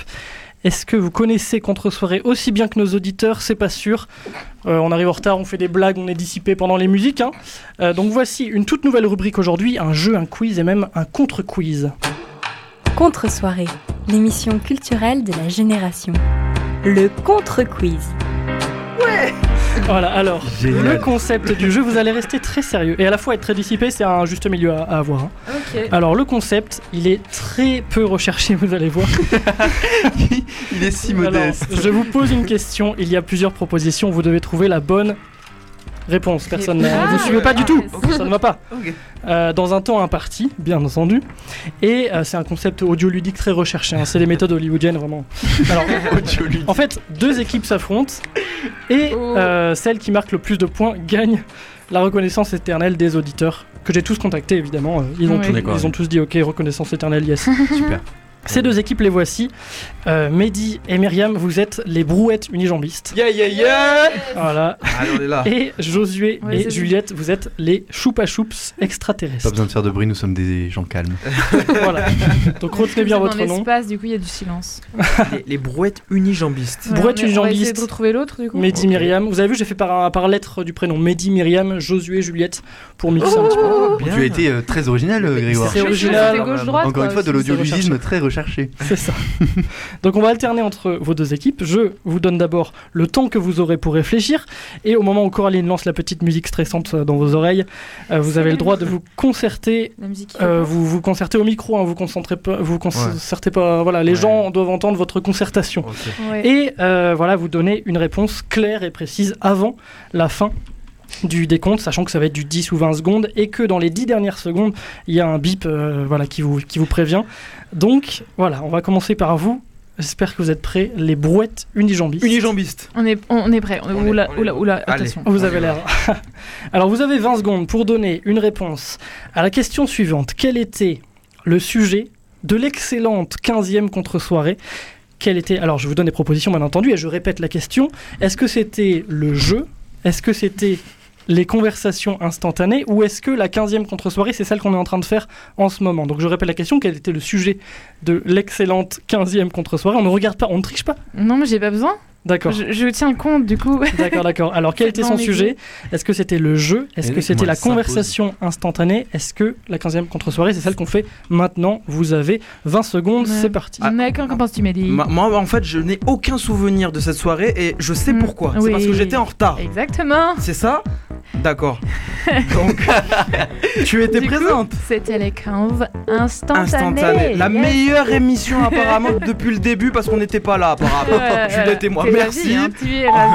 Speaker 1: Est-ce que vous connaissez Contre-soirée aussi bien que nos auditeurs C'est pas sûr. Euh, on arrive en retard, on fait des blagues, on est dissipé pendant les musiques. hein. Euh, donc voici une toute nouvelle rubrique aujourd'hui, un jeu, un quiz et même un contre-quiz.
Speaker 2: Contre-soirée, l'émission culturelle de la génération. Le contre-quiz.
Speaker 1: Voilà, alors,
Speaker 5: Génial.
Speaker 1: le concept du jeu, vous allez rester très sérieux. Et à la fois être très dissipé, c'est un juste milieu à, à avoir. hein.
Speaker 4: Ok.
Speaker 1: Alors le concept, il est très peu recherché, vous allez voir.
Speaker 5: *laughs* Il est si
Speaker 1: Alors,
Speaker 5: modeste.
Speaker 1: je vous pose une question, il y a plusieurs propositions, vous devez trouver la bonne réponse. Personne
Speaker 4: Ah,
Speaker 1: n'a- vous suivez pas du tout,
Speaker 4: ok.
Speaker 1: ça ne va pas.
Speaker 3: Ok.
Speaker 1: Euh, dans un temps imparti, bien entendu. Et euh, c'est un concept audioludique très recherché, hein. c'est les méthodes hollywoodiennes vraiment.
Speaker 5: *laughs*
Speaker 1: Alors, en fait, deux équipes s'affrontent et
Speaker 4: Oh.
Speaker 1: euh, celle qui marque le plus de points gagne la reconnaissance éternelle des auditeurs, que j'ai tous contactés évidemment. euh, Ils ont,
Speaker 4: Ouais.
Speaker 1: tous,
Speaker 5: D'accord,
Speaker 1: ils ont tous dit ok, reconnaissance éternelle, yes.
Speaker 5: *laughs* Super.
Speaker 1: Ces deux équipes, les voici. Euh, Mehdi et Myriam, vous êtes les brouettes unijambistes.
Speaker 3: Yeah, yeah, yeah
Speaker 1: Voilà.
Speaker 3: Allez, on est là.
Speaker 1: *laughs* Et Josué
Speaker 4: Ouais,
Speaker 1: et
Speaker 4: c'est
Speaker 1: Juliette, vous êtes les choupa choups
Speaker 5: Pas
Speaker 1: extraterrestres.
Speaker 5: besoin de faire de bruit, nous sommes des gens
Speaker 1: *laughs*
Speaker 5: calmes. *laughs*
Speaker 1: voilà. Donc retenez bien
Speaker 4: Dans
Speaker 1: votre nom.
Speaker 4: l'espace, du coup, il y a du silence.
Speaker 3: *laughs* les, les brouettes unijambistes.
Speaker 1: Brouette
Speaker 4: mais On va essayer
Speaker 1: unijambiste.
Speaker 4: de retrouver l'autre, du coup.
Speaker 1: Mehdi,
Speaker 3: Ok.
Speaker 1: Myriam. Vous avez vu, j'ai fait par, par lettre du prénom Mehdi, Myriam, Josué, Juliette pour mixer un petit peu.
Speaker 3: Oh,
Speaker 4: Oh,
Speaker 3: Bien.
Speaker 5: Tu as été euh, très original, euh, Grégoire.
Speaker 1: C'est
Speaker 4: Je suis
Speaker 1: original.
Speaker 4: sur les gauches-droites,
Speaker 5: Encore une
Speaker 4: quoi,
Speaker 5: fois, de
Speaker 4: aussi.
Speaker 5: l'audioludivisme très recherché.
Speaker 1: C'est ça. *laughs* Donc on va alterner entre vos deux équipes. Je vous donne d'abord le temps que vous aurez pour réfléchir. Et au moment où Coraline lance la petite musique stressante euh, dans vos oreilles, euh, vous avez le droit de vous concerter.
Speaker 4: La musique.
Speaker 1: euh, vous vous concertez au micro, hein, vous concentrez pas, vous concertez pas. Voilà, les
Speaker 3: Ouais.
Speaker 1: gens doivent entendre votre concertation.
Speaker 4: Ouais.
Speaker 1: Et euh, voilà, vous donnez une réponse claire et précise avant la fin du décompte, sachant que ça va être du 10 ou 20 secondes et que dans les 10 dernières secondes, il y a un bip euh, voilà, qui, vous, qui vous prévient. Donc voilà, on va commencer par vous. J'espère que vous êtes prêts. Les brouettes unijambistes.
Speaker 3: Unijambiste.
Speaker 4: On est, on est prêt.
Speaker 3: On est-
Speaker 4: oula,
Speaker 3: on est-
Speaker 4: oula, oula,
Speaker 3: Allez.
Speaker 4: attention.
Speaker 1: Oh, Vous
Speaker 3: On
Speaker 1: avez
Speaker 3: y va.
Speaker 1: l'air. *laughs* Alors vous avez 20 secondes pour donner une réponse à la question suivante. Quel était le sujet de l'excellente 15e contre-soirée Quel était Alors je vous donne des propositions bien entendu et je répète la question. Est-ce que c'était le jeu Est-ce que c'était les conversations instantanées ou est-ce que la 15e contre-soirée c'est celle qu'on est en train de faire en ce moment Donc je répète la question, quel était le sujet de l'excellente 15e contre-soirée On ne regarde pas, on ne triche pas.
Speaker 4: Non, mais j'ai pas besoin.
Speaker 1: D'accord.
Speaker 4: Je, je tiens compte, du coup.
Speaker 1: D'accord, d'accord. Alors, quel était
Speaker 4: dans
Speaker 1: son
Speaker 4: les
Speaker 1: sujet Est-ce que c'était le jeu Est-ce
Speaker 5: Et
Speaker 1: que
Speaker 5: oui,
Speaker 1: c'était
Speaker 5: moi,
Speaker 1: la
Speaker 5: ça s'impose.
Speaker 1: conversation instantanée Est-ce que la 15e contre-soirée, c'est celle qu'on fait maintenant Vous avez 20 secondes,
Speaker 4: Ouais.
Speaker 1: c'est parti.
Speaker 3: Ah.
Speaker 4: Mec, qu'en penses-tu, Mehdi
Speaker 3: Ma- moi, en fait, je n'ai
Speaker 4: *laughs*
Speaker 3: aucun souvenir de cette soirée et je sais
Speaker 4: Mm,
Speaker 3: pourquoi. C'est
Speaker 4: oui.
Speaker 3: parce que j'étais en retard.
Speaker 4: Exactement.
Speaker 3: C'est ça
Speaker 4: *laughs*
Speaker 3: D'accord. Donc, tu étais
Speaker 4: Du coup,
Speaker 3: présente.
Speaker 4: C'était les 15 instantanés.
Speaker 3: Instantané. La
Speaker 4: Yes.
Speaker 3: meilleure émission apparemment
Speaker 4: *laughs*
Speaker 3: depuis le début parce qu'on n'était pas là apparemment.
Speaker 4: Euh,
Speaker 3: Juliette et moi.
Speaker 4: t'es ravi,
Speaker 3: Merci.
Speaker 4: hein, tu es ravi.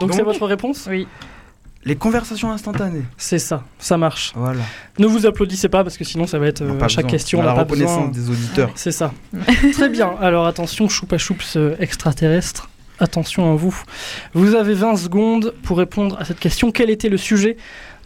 Speaker 1: Donc, c'est
Speaker 3: Donc-
Speaker 1: votre réponse
Speaker 4: Oui.
Speaker 3: Les conversations instantanées.
Speaker 1: C'est ça, ça marche.
Speaker 3: Voilà.
Speaker 1: Ne vous applaudissez pas parce que sinon, ça va être euh,
Speaker 3: On a pas
Speaker 1: à chaque
Speaker 3: besoin.
Speaker 1: question,
Speaker 3: On a
Speaker 1: n'a
Speaker 3: la
Speaker 1: pas besoin.
Speaker 3: reconnaissance des auditeurs.
Speaker 4: *laughs*
Speaker 1: C'est ça. Très bien. Alors, attention, choupa choups euh, extraterrestre. Attention à vous. Vous avez 20 secondes pour répondre à cette question. Quel était le sujet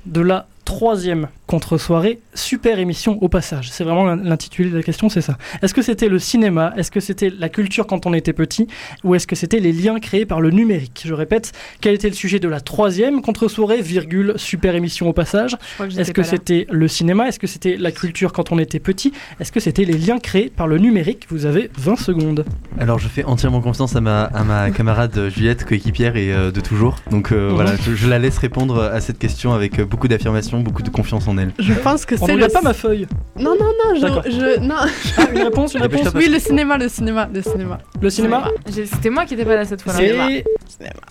Speaker 1: de la troisième contre-soirée Super émission au passage. C'est vraiment l'in- l'intitulé de la question, c'est ça. Est-ce que c'était le cinéma Est-ce que c'était la culture quand on était petit Ou est-ce que c'était les liens créés par le numérique Je répète, quel était le sujet de la troisième contre-soirée, virgule, super émission au passage
Speaker 4: Je crois que
Speaker 1: Est-ce que
Speaker 4: c'est
Speaker 1: c'était le cinéma Est-ce que c'était la culture quand on était petit Est-ce que c'était les liens créés par le numérique Vous avez 20 secondes.
Speaker 5: Alors je fais entièrement confiance à ma, à ma camarade euh, Juliette, coéquipière et euh, de toujours. Donc euh,
Speaker 1: Mhm.
Speaker 5: voilà, je, je la laisse répondre à cette question avec euh, beaucoup d'affirmation, beaucoup de confiance en elle.
Speaker 8: Je pense que
Speaker 1: On ne
Speaker 8: c'est le.
Speaker 1: regarde pas ma feuille.
Speaker 8: Non, non, non,
Speaker 1: D'accord.
Speaker 8: je. je- Non.
Speaker 1: Ah, une réponse, une réponse.
Speaker 5: Dépêche-toi
Speaker 8: Oui, le cinéma, le cinéma, le cinéma.
Speaker 1: Le cinéma
Speaker 4: C'était moi qui n'étais pas là cette fois-là.
Speaker 1: C'est-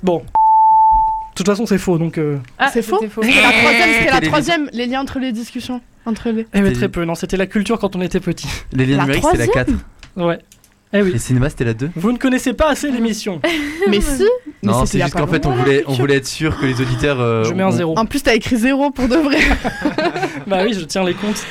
Speaker 1: Bon. De toute façon, c'est faux, donc. euh,
Speaker 4: Ah,
Speaker 8: C'est faux
Speaker 4: c'était
Speaker 5: *laughs*
Speaker 8: La troisième, c'était la
Speaker 5: les-
Speaker 8: troisième, les liens entre les discussions. Entre les.
Speaker 1: Eh mais
Speaker 5: C'était-
Speaker 1: très peu, non, c'était la culture quand on était petit.
Speaker 5: Les liens
Speaker 8: La
Speaker 5: numériques c'était la 4,
Speaker 1: Ouais. Eh oui.
Speaker 5: les cinémas c'était la 2.
Speaker 1: Vous ne connaissez pas assez l'émission.
Speaker 8: *laughs* Mais si mais
Speaker 5: non,
Speaker 8: c'était il
Speaker 5: c'est
Speaker 8: y a
Speaker 5: juste
Speaker 8: pas
Speaker 5: qu'en fait on
Speaker 8: longtemps, la Ah.
Speaker 5: voulait, on
Speaker 8: culture.
Speaker 5: voulait être sûr que les auditeurs... euh,
Speaker 1: Je mets un
Speaker 5: ont-
Speaker 1: zéro.
Speaker 8: En plus, t'as écrit zéro pour
Speaker 5: *laughs*
Speaker 8: de vrai.
Speaker 1: Bah oui, je tiens les comptes.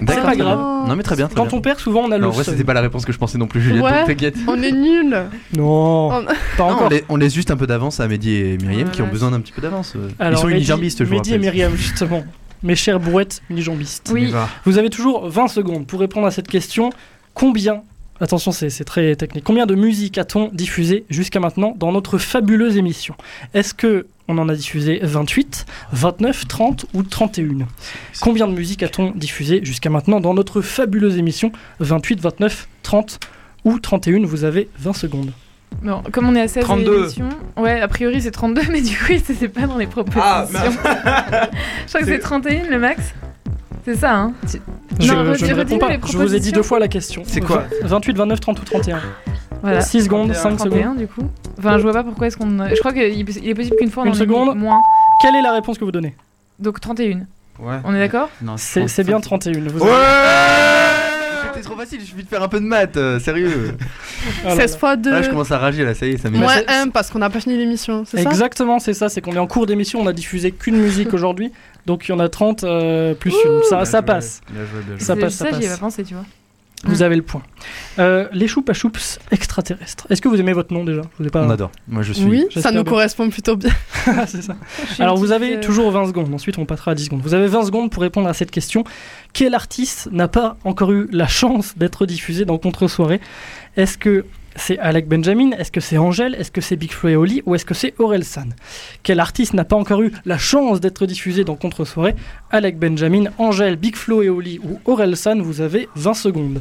Speaker 5: Ah, D'accord,
Speaker 1: pas
Speaker 5: très
Speaker 1: grave.
Speaker 5: bien. Non mais très bien. Très
Speaker 1: Quand
Speaker 5: bien.
Speaker 1: on perd, souvent on a
Speaker 5: Non, en
Speaker 1: le
Speaker 5: vrai
Speaker 1: seum.
Speaker 5: c'était pas la réponse que je pensais non plus Juliette,
Speaker 8: Ouais.
Speaker 5: donc t'inquiète.
Speaker 8: On est nuls.
Speaker 1: Non,
Speaker 8: Oh.
Speaker 1: pas
Speaker 5: Non, on,
Speaker 1: encore.
Speaker 5: laisse, on laisse juste un peu d'avance à Mehdi et Myriam qui ont
Speaker 4: Voilà.
Speaker 5: besoin d'un petit peu d'avance. euh. Ils
Speaker 1: Alors,
Speaker 5: sont
Speaker 1: Mehdi-
Speaker 5: unijambistes je vous
Speaker 1: Mehdi et
Speaker 5: rappelle.
Speaker 1: Myriam, justement. Mes chères brouettes unijambistes.
Speaker 3: On y
Speaker 4: Oui.
Speaker 3: va.
Speaker 1: Vous avez toujours 20 secondes pour répondre à cette question. Combien, attention c'est c'est très technique, combien de musique a-t-on diffusé jusqu'à maintenant dans notre fabuleuse émission Est-ce que on en a diffusé 28, 29, 30 ou 31 Combien de musique a-t-on diffusé jusqu'à maintenant dans notre fabuleuse émission 28, 29, 30 ou 31, vous avez 20 secondes.
Speaker 4: Non, comme on est à 16
Speaker 3: 32.
Speaker 4: émissions, ouais, a priori c'est 32, mais du coup, c'était pas dans les propositions.
Speaker 3: Ah, merde.
Speaker 4: je crois que c'est 31 le max. C'est ça, hein Tu-
Speaker 1: je,
Speaker 4: redis-
Speaker 1: je ne réponds
Speaker 4: redis-nous
Speaker 1: pas.
Speaker 4: les
Speaker 1: Je vous ai dit
Speaker 4: propositions.
Speaker 1: deux fois la question.
Speaker 3: C'est quoi
Speaker 1: 28, 29, 30 ou 31.
Speaker 4: Voilà.
Speaker 1: 6 secondes,
Speaker 3: 31,
Speaker 1: 5 secondes.
Speaker 4: 31 du coup. Enfin, je vois pas pourquoi est-ce qu'on. Je crois qu'il il est possible qu'une fois on
Speaker 1: Une
Speaker 4: en ait mis
Speaker 1: seconde.
Speaker 4: moins.
Speaker 1: Quelle est la réponse que vous donnez
Speaker 4: Donc 31.
Speaker 3: Ouais.
Speaker 4: On est d'accord
Speaker 3: Non,
Speaker 1: C'est c'est bien 31. vous avez-
Speaker 3: Ouais
Speaker 5: C'était trop facile, il suffit de faire un peu de maths, euh, sérieux.
Speaker 1: Ah là là.
Speaker 8: 16 fois 2,
Speaker 5: Là, je commence à rager, là, ça y est, ça m'énerve.
Speaker 1: Bah,
Speaker 8: moins
Speaker 1: c'est-
Speaker 8: 1 parce qu'on n'a pas fini l'émission, c'est ça
Speaker 1: Exactement, c'est ça. C'est qu'on est en cours d'émission, on a diffusé
Speaker 4: *laughs*
Speaker 1: qu'une musique aujourd'hui, donc il y en a 30 euh, plus une. Ça,
Speaker 5: Bien
Speaker 1: ça
Speaker 5: joué,
Speaker 1: passe.
Speaker 5: Bien joué, bien joué.
Speaker 1: Ça
Speaker 4: C'est
Speaker 1: passe,
Speaker 4: juste
Speaker 1: ça
Speaker 4: Ça, j'y ai
Speaker 1: passe.
Speaker 4: pas pensé, tu vois.
Speaker 1: Vous avez le point. Euh, les choupa choups extraterrestres. Est-ce que vous aimez votre nom déjà Je vous ai pas.
Speaker 5: On adore. Moi, je suis.
Speaker 8: Oui, ça
Speaker 1: J'espère
Speaker 8: nous
Speaker 1: bien.
Speaker 8: correspond plutôt
Speaker 1: *laughs*
Speaker 8: bien.
Speaker 1: Ah, c'est ça.
Speaker 4: Je suis une
Speaker 1: Alors vous
Speaker 4: petite,
Speaker 1: avez
Speaker 4: euh,
Speaker 1: toujours 20 secondes, ensuite on passera à 10 secondes. Vous avez 20 secondes pour répondre à cette question. Quel artiste n'a pas encore eu la chance d'être diffusé dans Contre-soirée Est-ce que c'est Alec Benjamin Est-ce que c'est Angèle Est-ce que c'est Big Flo et Oli Ou est-ce que c'est Aurel San Quel artiste n'a pas encore eu la chance d'être diffusé dans Contre-soirée Alec Benjamin, Angèle, Big Flo et Oli ou Aurel San Vous avez 20 secondes.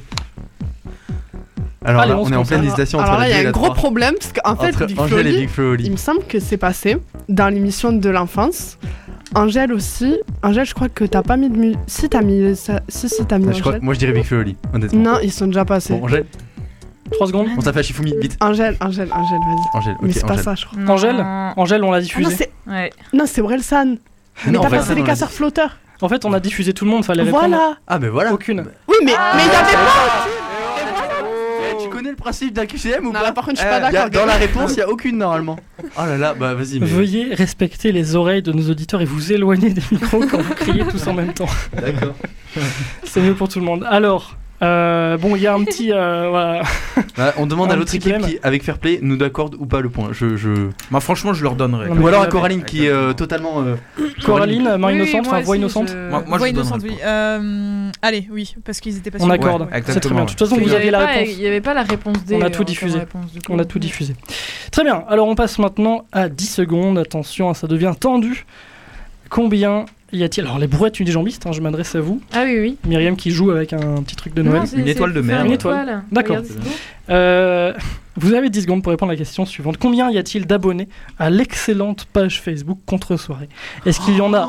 Speaker 5: Alors
Speaker 1: Allez,
Speaker 5: là,
Speaker 1: on
Speaker 5: on
Speaker 1: se
Speaker 5: est en
Speaker 1: concentre.
Speaker 5: pleine hésitation entre
Speaker 8: Alors là,
Speaker 5: la
Speaker 8: il y
Speaker 5: deux et
Speaker 8: a
Speaker 5: la
Speaker 8: un gros
Speaker 5: trois.
Speaker 8: problème parce qu'en fait,
Speaker 5: Entre
Speaker 8: Big Flo
Speaker 5: Angèle et
Speaker 8: Oli,
Speaker 5: Big Flo et Oli.
Speaker 8: il me semble que c'est passé dans l'émission de l'enfance. Angèle aussi. Angèle, je crois que t'as pas mis de musique. Si t'as mis ça, si si t'as mis
Speaker 5: Ah, je crois-
Speaker 8: Angèle.
Speaker 5: Moi, je dirais Big Flo et Oli, honnêtement.
Speaker 8: Non, ils sont déjà passés.
Speaker 5: Bon, Angèle,
Speaker 1: 3 secondes.
Speaker 5: on s'appelle Shifumi, vite.
Speaker 8: Angèle, Angèle, Angèle, vas-y.
Speaker 5: Angèle,
Speaker 8: Mais
Speaker 5: ok,
Speaker 8: c'est pas
Speaker 5: Angèle.
Speaker 8: ça, je crois.
Speaker 4: non.
Speaker 1: Angèle Angèle, on l'a
Speaker 8: Ah non,
Speaker 1: diffusé.
Speaker 8: c'est
Speaker 4: Ouais.
Speaker 8: non, c'est Orelsan. Mais
Speaker 5: Non,
Speaker 8: t'as
Speaker 5: on va
Speaker 8: passé
Speaker 5: faire
Speaker 8: les
Speaker 5: dans
Speaker 8: casseurs flotteurs.
Speaker 1: en fait, on a diffusé tout le monde, fallait répondre.
Speaker 8: Voilà.
Speaker 5: Ah, mais voilà.
Speaker 1: Aucune.
Speaker 8: Oui, mais
Speaker 5: Ah.
Speaker 8: mais il y avait pas.
Speaker 5: Eh, Tu connais le principe d'un QCM ou
Speaker 8: Non,
Speaker 5: pas
Speaker 8: là, par contre, je suis pas
Speaker 5: Eh, y a-
Speaker 8: d'accord.
Speaker 5: Dans la réponse, il n'y a aucune normalement. Oh là là, bah vas-y, mais.
Speaker 1: Veuillez respecter les oreilles de nos auditeurs et vous éloigner des micros quand vous criez tous en même temps.
Speaker 5: D'accord.
Speaker 1: C'est mieux pour tout le monde. Alors, euh, bon, il y a un petit. euh, voilà.
Speaker 5: Bah, on demande
Speaker 1: Ah, Un
Speaker 5: à l'autre
Speaker 1: petit
Speaker 5: équipe
Speaker 1: blème.
Speaker 5: qui, avec Fairplay, nous accorde ou pas le point. Je, je...
Speaker 3: Bah, franchement, je leur donnerais.
Speaker 1: Non, mais
Speaker 5: Ou alors à
Speaker 1: vous
Speaker 5: Coraline qui est euh, totalement. euh,
Speaker 1: Coraline, main
Speaker 10: Oui, oui,
Speaker 1: innocente,
Speaker 10: moi
Speaker 1: enfin voix
Speaker 10: aussi,
Speaker 1: innocente,
Speaker 10: je-
Speaker 3: Moi- moi, je
Speaker 10: Voix
Speaker 3: vous donnerai
Speaker 10: innocente,
Speaker 3: le
Speaker 10: oui. Euh, allez, oui, parce qu'ils étaient pas
Speaker 1: on
Speaker 10: sûrs.
Speaker 1: accorde.
Speaker 3: Ouais,
Speaker 1: C'est très
Speaker 3: exactement,
Speaker 1: bien. De toute façon,
Speaker 4: Il
Speaker 1: vous
Speaker 4: y
Speaker 1: aviez
Speaker 4: avait
Speaker 1: la
Speaker 4: pas-
Speaker 1: réponse.
Speaker 4: il y avait pas la réponse D.
Speaker 1: On a
Speaker 4: euh,
Speaker 1: tout
Speaker 4: comme
Speaker 1: diffusé.
Speaker 4: réponse, du coup.
Speaker 1: On a tout diffusé. Très bien. Alors, on passe maintenant à 10 secondes. Attention, hein, ça devient tendu. Combien y a-t-il Alors, les brouettes unijambistes, hein, je m'adresse à vous.
Speaker 4: Ah oui, oui.
Speaker 1: Myriam qui joue avec un petit truc de Noël.
Speaker 4: Non, c'est-
Speaker 3: Une
Speaker 4: c'est
Speaker 3: étoile de
Speaker 4: pour
Speaker 3: mer,
Speaker 4: faire
Speaker 1: ouais.
Speaker 4: Une
Speaker 1: Étoile.
Speaker 4: étoile.
Speaker 1: D'accord.
Speaker 4: Regarde, c'est beau.
Speaker 1: Euh, vous avez 10 secondes pour répondre à la question suivante. Combien y a-t-il d'abonnés à l'excellente page Facebook Contre Soirée Est-ce qu'il y en a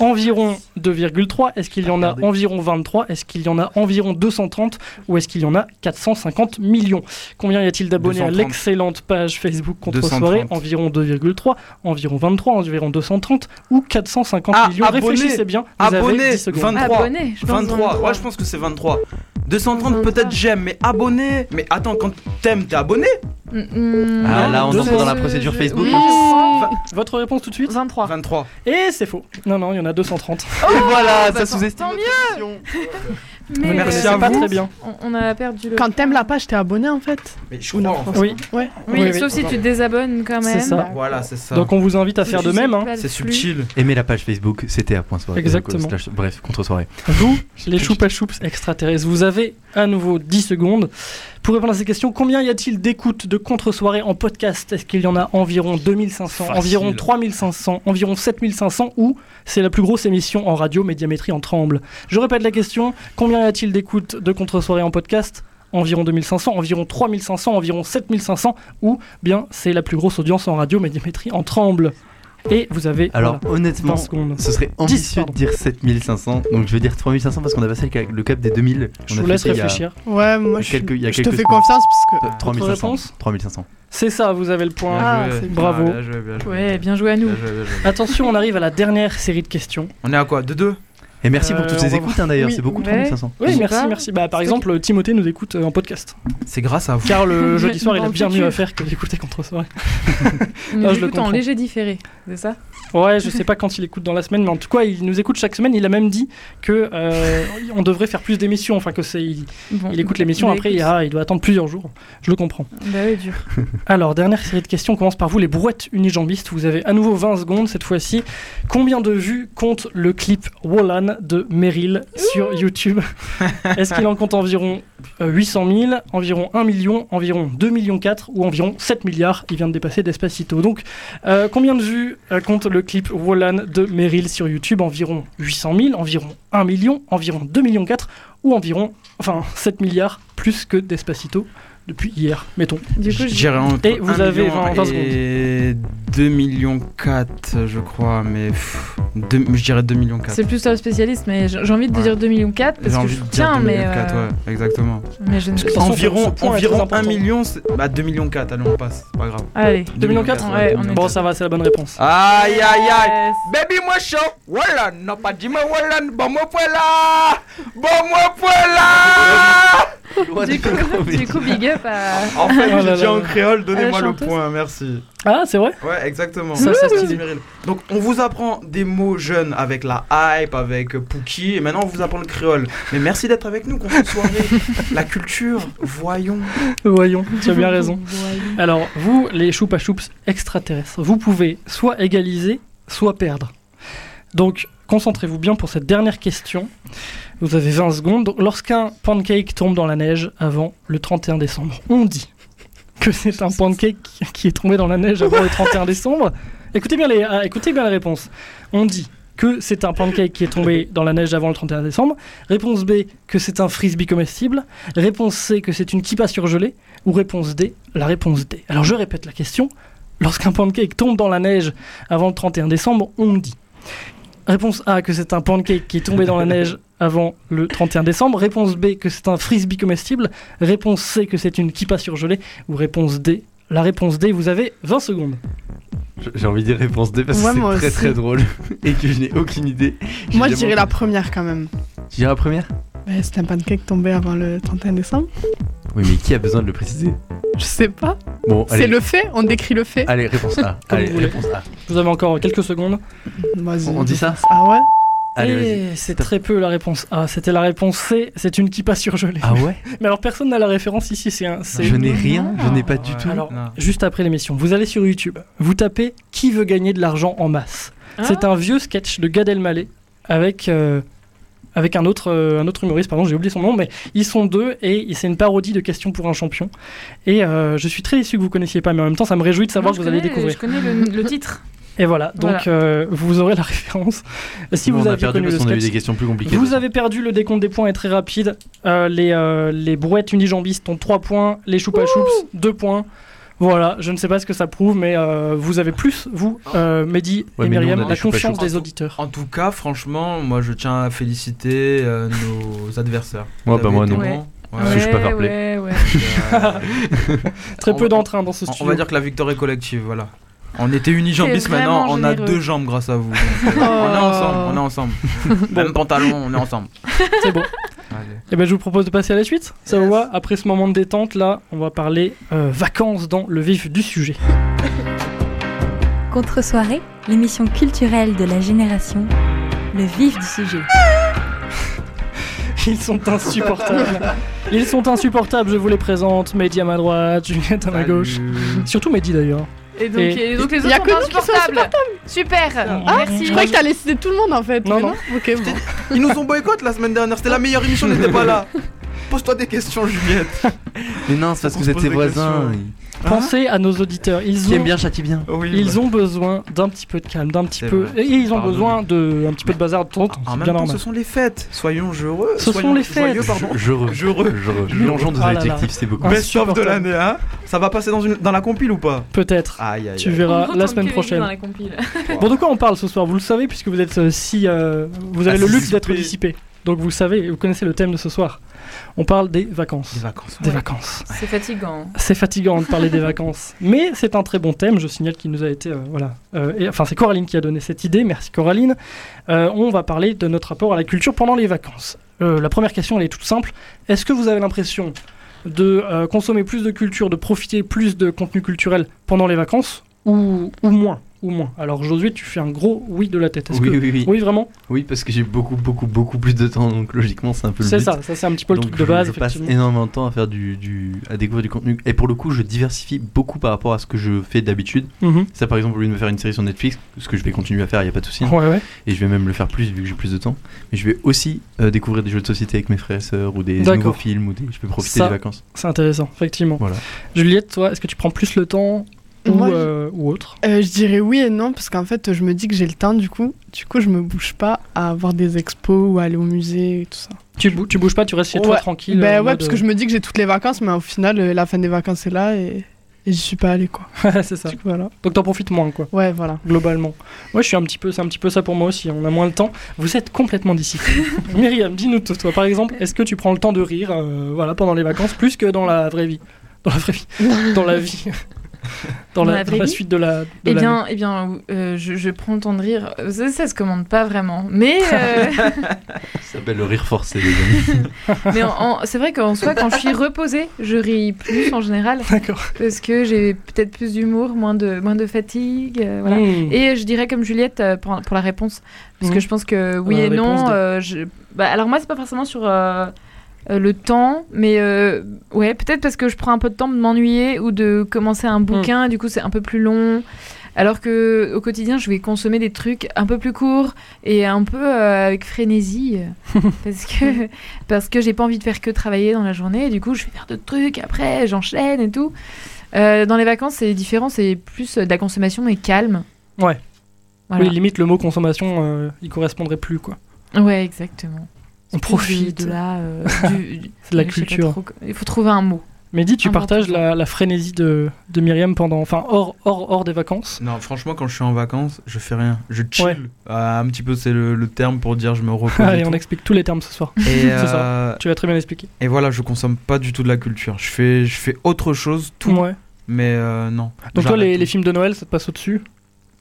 Speaker 1: environ 2,3 Est-ce qu'il y en a
Speaker 5: Regardez.
Speaker 1: environ 23 Est-ce qu'il y en a environ 230 Ou est-ce qu'il y en a 450 millions Combien y a-t-il d'abonnés à
Speaker 3: 230.
Speaker 1: l'excellente page Facebook Contre
Speaker 3: 230.
Speaker 1: Soirée Environ 2,3, environ 23, environ 230 ou 450
Speaker 3: Ah,
Speaker 1: millions
Speaker 3: abonnés
Speaker 1: Réfléchissez bien, vous avez
Speaker 3: Abonnés
Speaker 1: 10 secondes.
Speaker 3: 23.
Speaker 4: Abonné, je pense.
Speaker 3: 23. Ouais, je pense que c'est 23. 230 peut-être
Speaker 4: 23.
Speaker 3: j'aime, mais abonné. Mais attends, quand t'aimes, t'es abonné
Speaker 4: Mm, mm,
Speaker 5: Ah
Speaker 1: Non,
Speaker 5: là, on
Speaker 1: deux
Speaker 5: entre dans la
Speaker 4: je-
Speaker 5: procédure
Speaker 4: je-
Speaker 5: Facebook.
Speaker 4: oui.
Speaker 1: Votre réponse tout de suite
Speaker 4: 23.
Speaker 3: 23.
Speaker 1: Et c'est faux. Non, non, il y en a 230.
Speaker 5: Et voilà,
Speaker 10: bah,
Speaker 5: ça sous-estime.
Speaker 4: Oh, tant mieux.
Speaker 5: notre question.
Speaker 4: Mais
Speaker 1: Vous
Speaker 4: euh,
Speaker 1: connaissez pas très bien.
Speaker 4: On, on a perdu le.
Speaker 8: Quand t'aimes la page, t'es abonné en fait.
Speaker 3: Mais je crois. en fait.
Speaker 1: Oui,
Speaker 8: Ouais.
Speaker 4: Oui,
Speaker 1: Oui, oui.
Speaker 4: sauf si tu te désabonnes quand même.
Speaker 1: C'est ça.
Speaker 3: Voilà, c'est ça.
Speaker 1: donc on vous invite à faire de même. hein.
Speaker 3: C'est subtil.
Speaker 5: Aimez la page Facebook, c'était à point soirée.
Speaker 1: Exactement.
Speaker 5: Donc, euh, slash- bref, contre-soirée. *laughs*
Speaker 1: Vous, les choupa choups extraterrestres, vous avez à nouveau 10 secondes pour répondre à ces questions. Combien y a-t-il d'écoutes de contre-soirée en podcast Est-ce qu'il y en a environ 2500,
Speaker 3: Facile.
Speaker 1: environ 3500, environ 7500 ou c'est la plus grosse émission en radio Médiamétrie en tremble Je répète la question. Combien y a-t-il d'écoutes de contre-soirée en podcast Environ 2500, environ 3500, environ 7500 ou bien c'est la plus grosse audience en radio Médiamétrie en tremble Et vous avez
Speaker 5: Alors,
Speaker 1: voilà,
Speaker 5: honnêtement,
Speaker 1: 20 secondes.
Speaker 5: ce serait ambitieux
Speaker 1: pardon.
Speaker 5: de dire 7500. Donc, je vais dire 3500 parce qu'on a passé le cap des 2000.
Speaker 1: Je
Speaker 5: On a
Speaker 1: vous
Speaker 5: fait
Speaker 1: laisse
Speaker 5: ça il y a-
Speaker 1: réfléchir.
Speaker 8: Ouais, moi je,
Speaker 5: quelques- il y a
Speaker 8: je te
Speaker 5: quelques
Speaker 8: fais
Speaker 5: semaines.
Speaker 8: confiance parce que.
Speaker 5: Euh, 3500.
Speaker 1: réponse
Speaker 5: 3500.
Speaker 1: C'est ça, vous avez le point.
Speaker 8: Ah,
Speaker 3: Bien joué.
Speaker 8: c'est
Speaker 1: bravo.
Speaker 3: Bien joué, bien joué,
Speaker 4: Ouais, bien joué à nous.
Speaker 3: Bien joué, bien joué.
Speaker 1: Attention, on arrive à la dernière série de questions.
Speaker 3: On est à quoi 2-2
Speaker 5: Et merci
Speaker 1: Euh,
Speaker 5: pour toutes
Speaker 1: on
Speaker 5: ces
Speaker 1: va
Speaker 5: écoutes hein, d'ailleurs,
Speaker 1: Oui,
Speaker 5: c'est beaucoup
Speaker 4: ouais.
Speaker 5: 3500.
Speaker 1: Oui,
Speaker 4: J'ai
Speaker 1: merci,
Speaker 4: pas.
Speaker 1: merci. Bah, par
Speaker 4: C'est
Speaker 1: exemple, Timothée nous écoute euh, en podcast.
Speaker 3: C'est grâce à Ah, vous.
Speaker 1: Car le
Speaker 4: Je-
Speaker 3: *laughs*
Speaker 1: jeudi soir, il a
Speaker 4: dans le
Speaker 1: bien mieux
Speaker 4: futur.
Speaker 1: à faire que d'écouter contre
Speaker 8: *laughs*
Speaker 1: soirée.
Speaker 4: Nous
Speaker 1: Ah, je le
Speaker 4: écoutons en
Speaker 1: comprends.
Speaker 4: léger différé, c'est ça
Speaker 1: Ouais, je sais pas quand il écoute dans la semaine, mais en tout cas, il nous écoute chaque semaine. Il a même dit que euh, on devrait faire plus d'émissions. Enfin, que c'est, il,
Speaker 4: Bon.
Speaker 1: il écoute l'émission,
Speaker 4: Bah,
Speaker 1: après, il,
Speaker 4: écoute.
Speaker 1: ah, il doit attendre plusieurs jours. Je le comprends.
Speaker 4: Bah oui, dur.
Speaker 1: *laughs* Alors, dernière série de questions, on commence par vous, les brouettes unijambistes. Vous avez à nouveau 20 secondes cette fois-ci. Combien de vues compte le clip Wallan de Meryl
Speaker 4: *laughs*
Speaker 1: sur YouTube Est-ce qu'il en compte environ euh, 800 000, environ 1 million, environ 2 millions 4 ou environ 7 milliards Il vient de dépasser Despacito. Donc, euh, combien de vues euh, compte le clip Wallan de Meryl sur YouTube Environ 800 000, environ 1 million, environ 2 millions 4 ou environ, enfin, 7 milliards plus que Despacito depuis hier, mettons.
Speaker 8: Du coup, je-
Speaker 3: J'irai entre
Speaker 1: Et vous
Speaker 3: 1
Speaker 1: avez
Speaker 3: million
Speaker 1: 20, 20
Speaker 3: et 2 millions 4, je crois, mais pff, deux- je dirais 2 millions 4.
Speaker 4: C'est plus toi le spécialiste, mais j'ai j'ai envie de
Speaker 3: Ouais.
Speaker 4: dire 2 millions 4 parce
Speaker 3: J'ai
Speaker 4: que
Speaker 3: envie
Speaker 4: je
Speaker 3: de dire
Speaker 4: tiens,
Speaker 3: 2
Speaker 4: mais.
Speaker 3: millions 4,
Speaker 4: euh,
Speaker 3: ouais, exactement.
Speaker 4: Mais je ne.
Speaker 1: Parce que- façon, ce- ce
Speaker 3: Environ,
Speaker 1: point est très
Speaker 3: environ
Speaker 1: important.
Speaker 3: 1 million, c'est- bah 2 millions 4, allez on passe, c'est pas grave.
Speaker 4: Allez.
Speaker 1: 2 millions 4
Speaker 4: Ouais, on est
Speaker 1: Bon, ça va, c'est la bonne réponse.
Speaker 3: Aïe aïe aïe
Speaker 4: Yes.
Speaker 3: Baby moi chaud Voilà, non pas dis-moi voilà, bon moi pour là Bon moi pour là
Speaker 5: Loin
Speaker 4: Du
Speaker 5: de
Speaker 4: coup,
Speaker 5: Covid.
Speaker 4: du coup, big up à.
Speaker 3: En fait,
Speaker 1: Oh là
Speaker 3: j'ai dit
Speaker 1: là.
Speaker 3: en créole, donnez-moi
Speaker 4: À la
Speaker 3: le
Speaker 4: chanteuse.
Speaker 3: point, merci.
Speaker 1: Ah, c'est vrai
Speaker 3: Ouais, exactement.
Speaker 1: Ça, ça, c'est stylé.
Speaker 3: Meryl. Donc, on vous apprend des mots jeunes avec la hype, avec euh, Pookie, et maintenant on vous apprend le créole. Mais merci d'être avec nous, qu'on se soirée. la culture, voyons.
Speaker 1: Voyons, tu as bien raison. Alors, vous, les choupa choups extraterrestres, vous pouvez soit égaliser, soit perdre. Donc, concentrez-vous bien pour cette dernière question. Vous avez 20 secondes. Donc, Lorsqu'un pancake tombe dans la neige avant le 31 décembre, on dit que c'est un pancake qui est tombé dans la neige avant le 31 décembre. Écoutez bien, les, ah, écoutez bien la réponse. On dit que c'est un pancake qui est tombé dans la neige avant le 31 décembre. Réponse B, que c'est un frisbee comestible. Réponse C, que c'est une kippa surgelée. Ou réponse D La réponse D. Alors je répète la question. Lorsqu'un pancake tombe dans la neige avant le 31 décembre, on dit. Réponse A que c'est un pancake qui est
Speaker 5: *laughs*
Speaker 1: tombé dans la neige avant le 31 décembre. Réponse B que c'est un frisbee comestible. Réponse C que c'est une kippa surgelée. Ou réponse D La réponse D, vous avez 20 secondes.
Speaker 5: J- J'ai envie de dire réponse D parce que
Speaker 8: Ouais,
Speaker 5: c'est
Speaker 8: moi
Speaker 5: très
Speaker 8: aussi.
Speaker 5: très drôle *laughs* et que je n'ai aucune idée. J'ai
Speaker 8: Moi, je
Speaker 5: jamais
Speaker 8: dirais la
Speaker 5: entendu.
Speaker 8: première quand même.
Speaker 5: Tu dirais la première
Speaker 8: Bah, c'est un pancake tombé avant le 31 décembre.
Speaker 5: Oui, mais qui a besoin de le préciser
Speaker 8: Je sais pas.
Speaker 5: Bon, allez.
Speaker 8: C'est le fait On décrit le fait
Speaker 5: Allez, réponse A.
Speaker 1: Comme
Speaker 5: Allez,
Speaker 1: vous voulez.
Speaker 5: réponse A.
Speaker 1: Vous avez encore quelques secondes.
Speaker 8: Vas-y.
Speaker 5: On dit ça
Speaker 8: Ah ouais
Speaker 5: Allez, vas-y.
Speaker 1: Et c'est très peu la réponse A. C'était la réponse C, c'est une kippa surgelée.
Speaker 5: Ah ouais
Speaker 1: *laughs* Mais alors personne n'a la référence ici. C'est un. c'est-
Speaker 5: Je n'ai rien, je n'ai pas du
Speaker 3: Ouais,
Speaker 5: tout.
Speaker 1: Alors, juste après l'émission, vous allez sur YouTube, vous tapez Qui veut gagner de l'argent en masse
Speaker 4: Ah.
Speaker 1: C'est un vieux sketch de Gad Elmaleh avec, euh, avec un, autre, euh, un autre humoriste, pardon, j'ai oublié son nom, mais ils sont deux et c'est une parodie de Questions pour un champion. Et euh, je suis très déçu que vous connaissiez pas, mais en même temps, ça me réjouit de savoir
Speaker 4: Moi,
Speaker 1: que
Speaker 4: je
Speaker 1: vous allez
Speaker 4: connais-
Speaker 1: découvrir.
Speaker 4: Je connais le, le titre.
Speaker 1: Et voilà, donc
Speaker 4: Voilà.
Speaker 1: euh, vous aurez la *laughs* référence. Si
Speaker 5: Nous,
Speaker 1: vous
Speaker 5: on a
Speaker 1: avez
Speaker 5: perdu
Speaker 1: connu
Speaker 5: parce
Speaker 1: le
Speaker 5: qu'on a eu
Speaker 1: sketch,
Speaker 5: des questions plus compliquées.
Speaker 1: vous avez perdu le décompte des points est très rapide. Euh, les, euh, les brouettes unijambistes ont 3 points, les choupa choups 2 points. Voilà, je ne sais pas ce que ça prouve, mais euh, vous avez plus, vous,
Speaker 3: Ah.
Speaker 1: euh, Mehdi
Speaker 5: Ouais,
Speaker 1: et
Speaker 5: mais nous, on
Speaker 1: Myriam,
Speaker 5: a
Speaker 1: la
Speaker 5: des Choupa
Speaker 1: confiance
Speaker 3: Choups.
Speaker 1: des auditeurs.
Speaker 3: En tout cas, franchement, moi je tiens à féliciter euh, nos adversaires.
Speaker 5: Moi,
Speaker 3: Vous
Speaker 5: bah,
Speaker 3: avez
Speaker 5: moi,
Speaker 3: été
Speaker 5: non.
Speaker 3: bons. Ouais.
Speaker 5: Parce que je suis pas fair
Speaker 4: Ouais,
Speaker 5: play.
Speaker 1: *laughs*
Speaker 4: ouais.
Speaker 3: Euh,
Speaker 1: Très
Speaker 3: on
Speaker 1: peu
Speaker 3: va-
Speaker 1: d'entrain dans ce
Speaker 3: on-
Speaker 1: studio.
Speaker 3: On va dire que la victoire est collective, voilà. On était unijambistes
Speaker 4: C'est
Speaker 3: maintenant,
Speaker 4: vraiment
Speaker 3: on a
Speaker 4: généreux.
Speaker 3: deux jambes grâce à vous. donc,
Speaker 1: *laughs*
Speaker 3: euh,
Speaker 1: Oh.
Speaker 3: on est ensemble, on est
Speaker 5: *laughs*
Speaker 3: ensemble. Même pantalon, on est ensemble.
Speaker 1: *laughs* C'est bon.
Speaker 3: Allez.
Speaker 1: Eh ben, je vous propose de passer à la suite. Ça vous va Après ce moment de détente, là, on va parler euh, vacances dans le vif du sujet.
Speaker 2: Contre-soirée, l'émission culturelle de la génération, le vif du sujet.
Speaker 1: *laughs* Ils sont insupportables. Ils sont insupportables, je vous les présente. Mehdi à ma droite, Juliette à ma gauche. Surtout Mehdi d'ailleurs.
Speaker 4: Et donc, hein *laughs*
Speaker 1: Et-
Speaker 4: et donc les
Speaker 8: y a
Speaker 4: autres
Speaker 8: que nous
Speaker 4: sont
Speaker 8: qui sont
Speaker 4: insupportables. Super.
Speaker 1: Ah,
Speaker 4: Merci.
Speaker 8: Je croyais que t'allais citer tout le monde en fait.
Speaker 1: Non,
Speaker 8: mais
Speaker 1: non.
Speaker 8: Ok, bon.
Speaker 3: *laughs* Ils nous ont boycott la semaine dernière, c'était la meilleure émission, on n'était pas là. Pose-toi des questions, Juliette.
Speaker 5: Mais non, c'est parce
Speaker 3: On
Speaker 5: que
Speaker 3: se
Speaker 5: vous êtes
Speaker 3: pose
Speaker 5: tes
Speaker 3: des
Speaker 5: voisins.
Speaker 3: questions.
Speaker 1: Pensez à nos auditeurs. Ils
Speaker 5: Qui
Speaker 1: ont,
Speaker 5: aime bien, châtie bien.
Speaker 3: Oui,
Speaker 1: ils ont besoin d'un petit peu de calme, d'un petit
Speaker 3: C'est
Speaker 1: peu.
Speaker 3: vrai.
Speaker 1: Et ils ont
Speaker 3: Pardon.
Speaker 1: besoin de un petit peu de bazar de temps en temps,
Speaker 3: En
Speaker 1: c'est
Speaker 3: même
Speaker 1: bien
Speaker 3: temps, ce
Speaker 1: normal.
Speaker 3: sont les fêtes. Soyons heureux.
Speaker 1: Ce
Speaker 3: soyons
Speaker 1: sont les
Speaker 3: joyeux,
Speaker 1: fêtes.
Speaker 3: pardon.
Speaker 5: Je re.
Speaker 3: Je re-
Speaker 5: Je re. Mélangeons deux
Speaker 1: Ah là là.
Speaker 5: adjectifs, c'est beaucoup.
Speaker 1: Ouais.
Speaker 3: Best of de l'année, hein Ça va passer dans, une, dans la compile ou pas
Speaker 1: Peut-être.
Speaker 3: Aïe, aïe,
Speaker 1: Tu
Speaker 3: aïe.
Speaker 1: verras
Speaker 4: On
Speaker 1: la
Speaker 4: retourne
Speaker 1: semaine
Speaker 4: que les
Speaker 1: prochaine.
Speaker 4: dans la compile.
Speaker 1: Bon, de quoi on parle ce soir Vous le savez puisque vous êtes euh, si, euh, vous avez le luxe d'être
Speaker 3: Anticipé.
Speaker 1: dissipé. Donc vous le savez, vous connaissez le thème de ce soir. On parle des vacances.
Speaker 3: Des vacances.
Speaker 1: Des
Speaker 4: Ouais.
Speaker 1: vacances.
Speaker 4: C'est fatigant.
Speaker 1: C'est fatigant de parler
Speaker 4: *laughs*
Speaker 1: des vacances, mais c'est un très bon thème. Je signale qu'il nous a été, euh, voilà, Euh, et, enfin c'est Coraline qui a donné cette idée. Merci Coraline. Euh, on va parler de notre rapport à la culture pendant les vacances. Euh, la première question, elle est toute simple. Est-ce que vous avez l'impression de euh, consommer plus de culture, de profiter plus de contenu culturel pendant les vacances, ou, ou moins, ou moins Alors Josué, tu fais un gros oui de la tête. Est-ce
Speaker 5: Oui,
Speaker 1: que-
Speaker 5: oui, oui.
Speaker 1: oui, vraiment
Speaker 5: Oui, parce que j'ai beaucoup, beaucoup, beaucoup plus de temps, donc logiquement, c'est un peu le
Speaker 1: C'est
Speaker 5: but.
Speaker 1: ça. Ça c'est un petit peu le
Speaker 5: Donc,
Speaker 1: truc de
Speaker 5: je-
Speaker 1: base.
Speaker 5: Je, passe
Speaker 1: effectivement.
Speaker 5: énormément de temps à faire du, du- à découvrir du contenu. Et pour le coup, je diversifie beaucoup par rapport à ce que je fais d'habitude.
Speaker 1: Mhm.
Speaker 5: Ça, par exemple, au lieu de me faire une série sur Netflix, ce que je vais continuer à faire, il y a pas de souci.
Speaker 1: Ouais, ouais.
Speaker 5: Et je vais même le faire plus vu que j'ai plus de temps. Mais je vais aussi euh, découvrir des jeux de société avec mes frères et sœurs ou des
Speaker 1: D'accord.
Speaker 5: nouveaux films ou des. Je vais profiter
Speaker 1: Ça.
Speaker 5: des vacances.
Speaker 1: C'est intéressant, effectivement.
Speaker 5: Voilà.
Speaker 1: Juliette, toi, est-ce que tu prends plus le temps ou,
Speaker 8: Moi, je-
Speaker 1: euh, ou autre
Speaker 8: *laughs* Euh, je dirais oui et non, parce qu'en fait, je me dis que j'ai le temps, du coup, du coup, je me bouge pas à avoir des expos ou à aller au musée et tout ça.
Speaker 1: Tu, bou- tu bouges pas, tu restes
Speaker 3: Oh,
Speaker 1: chez toi
Speaker 8: Ouais.
Speaker 1: tranquille. euh,
Speaker 8: Ben
Speaker 1: en
Speaker 8: ouais,
Speaker 1: mode,
Speaker 8: parce que je me dis que j'ai toutes les vacances, mais au final, euh, la fin des vacances est là et, et j'y suis pas allée,
Speaker 3: *laughs*
Speaker 8: quoi.
Speaker 1: Ouais, c'est ça.
Speaker 8: Du coup, voilà.
Speaker 1: Donc t'en profites moins, quoi.
Speaker 8: Ouais, voilà.
Speaker 1: globalement. Moi, je suis un petit peu, c'est un petit peu ça pour moi aussi. hein. On a moins le temps. Vous êtes complètement d'ici.
Speaker 8: *laughs*
Speaker 1: Myriam, dis-nous tout. Toi, par exemple, est-ce que tu prends le temps de rire, euh, voilà, pendant les vacances, plus que dans la vraie vie, dans la vraie
Speaker 8: *laughs*
Speaker 1: vie, dans la vie, dans,
Speaker 4: Dans
Speaker 1: la,
Speaker 4: la
Speaker 1: dans
Speaker 4: vraie
Speaker 1: la
Speaker 4: vie
Speaker 1: suite de la. de
Speaker 4: Eh
Speaker 1: la-
Speaker 4: bien, eh bien euh, je, je prends le temps de rire. Ça, ça se commande pas vraiment. *laughs* Mais, euh,
Speaker 5: Ça s'appelle le rire forcé, les
Speaker 1: *laughs*
Speaker 5: amis.
Speaker 4: mais en- en- c'est vrai qu'en soi, quand je suis reposée, je ris plus en général.
Speaker 1: D'accord.
Speaker 4: Parce que j'ai peut-être plus d'humour, moins de, moins de fatigue. euh, voilà.
Speaker 1: Mmh.
Speaker 4: Et je dirais comme Juliette euh, pour, pour la réponse, parce
Speaker 1: Mhm.
Speaker 4: que je pense que oui
Speaker 1: La
Speaker 4: et non.
Speaker 1: réponse des-
Speaker 4: euh, je- bah, alors moi, c'est pas forcément sur euh, euh, le temps, mais euh, ouais, peut-être parce que je prends un peu de temps de m'ennuyer ou de commencer un bouquin, du coup c'est un peu plus long. Alors que au quotidien, je vais consommer des trucs un peu plus courts et un peu euh, avec frénésie, euh, parce que parce que j'ai pas envie de faire que travailler dans la journée. Et du coup, je vais faire d'autres trucs après, j'enchaîne et tout. Euh, dans les vacances, c'est différent, c'est plus euh, de la consommation mais calme.
Speaker 1: Ouais.
Speaker 4: Voilà.
Speaker 1: Oui, limite le mot consommation, euh, il correspondrait plus quoi.
Speaker 4: Ouais, exactement.
Speaker 1: On
Speaker 4: C'est plus
Speaker 1: profite.
Speaker 4: de la,
Speaker 1: *laughs*
Speaker 4: euh, du- du-
Speaker 1: C'est de la
Speaker 4: je sais pas
Speaker 1: culture.
Speaker 4: trop- Il faut trouver un mot.
Speaker 1: Mais dis, tu
Speaker 4: Un
Speaker 1: partages la, la frénésie de, de Myriam pendant, enfin hors hors hors des vacances.
Speaker 3: Non, franchement, quand je suis en vacances, je fais rien. Je chill.
Speaker 1: Ouais.
Speaker 3: Ah, un petit peu, c'est le, le terme pour dire je me repose. et
Speaker 1: *laughs* Allez,
Speaker 3: tout.
Speaker 1: on explique tous les termes *laughs* ce soir.
Speaker 3: Et,
Speaker 1: C'est ça.
Speaker 3: euh,
Speaker 1: Tu l'as très bien expliqué.
Speaker 3: et voilà, je consomme pas du tout de la culture. Je fais, je fais autre chose, tout.
Speaker 1: Ouais.
Speaker 3: Mais euh, non.
Speaker 1: Donc toi,
Speaker 3: J'arrête
Speaker 1: les,
Speaker 3: tout.
Speaker 1: les films de Noël, ça te passe au dessus.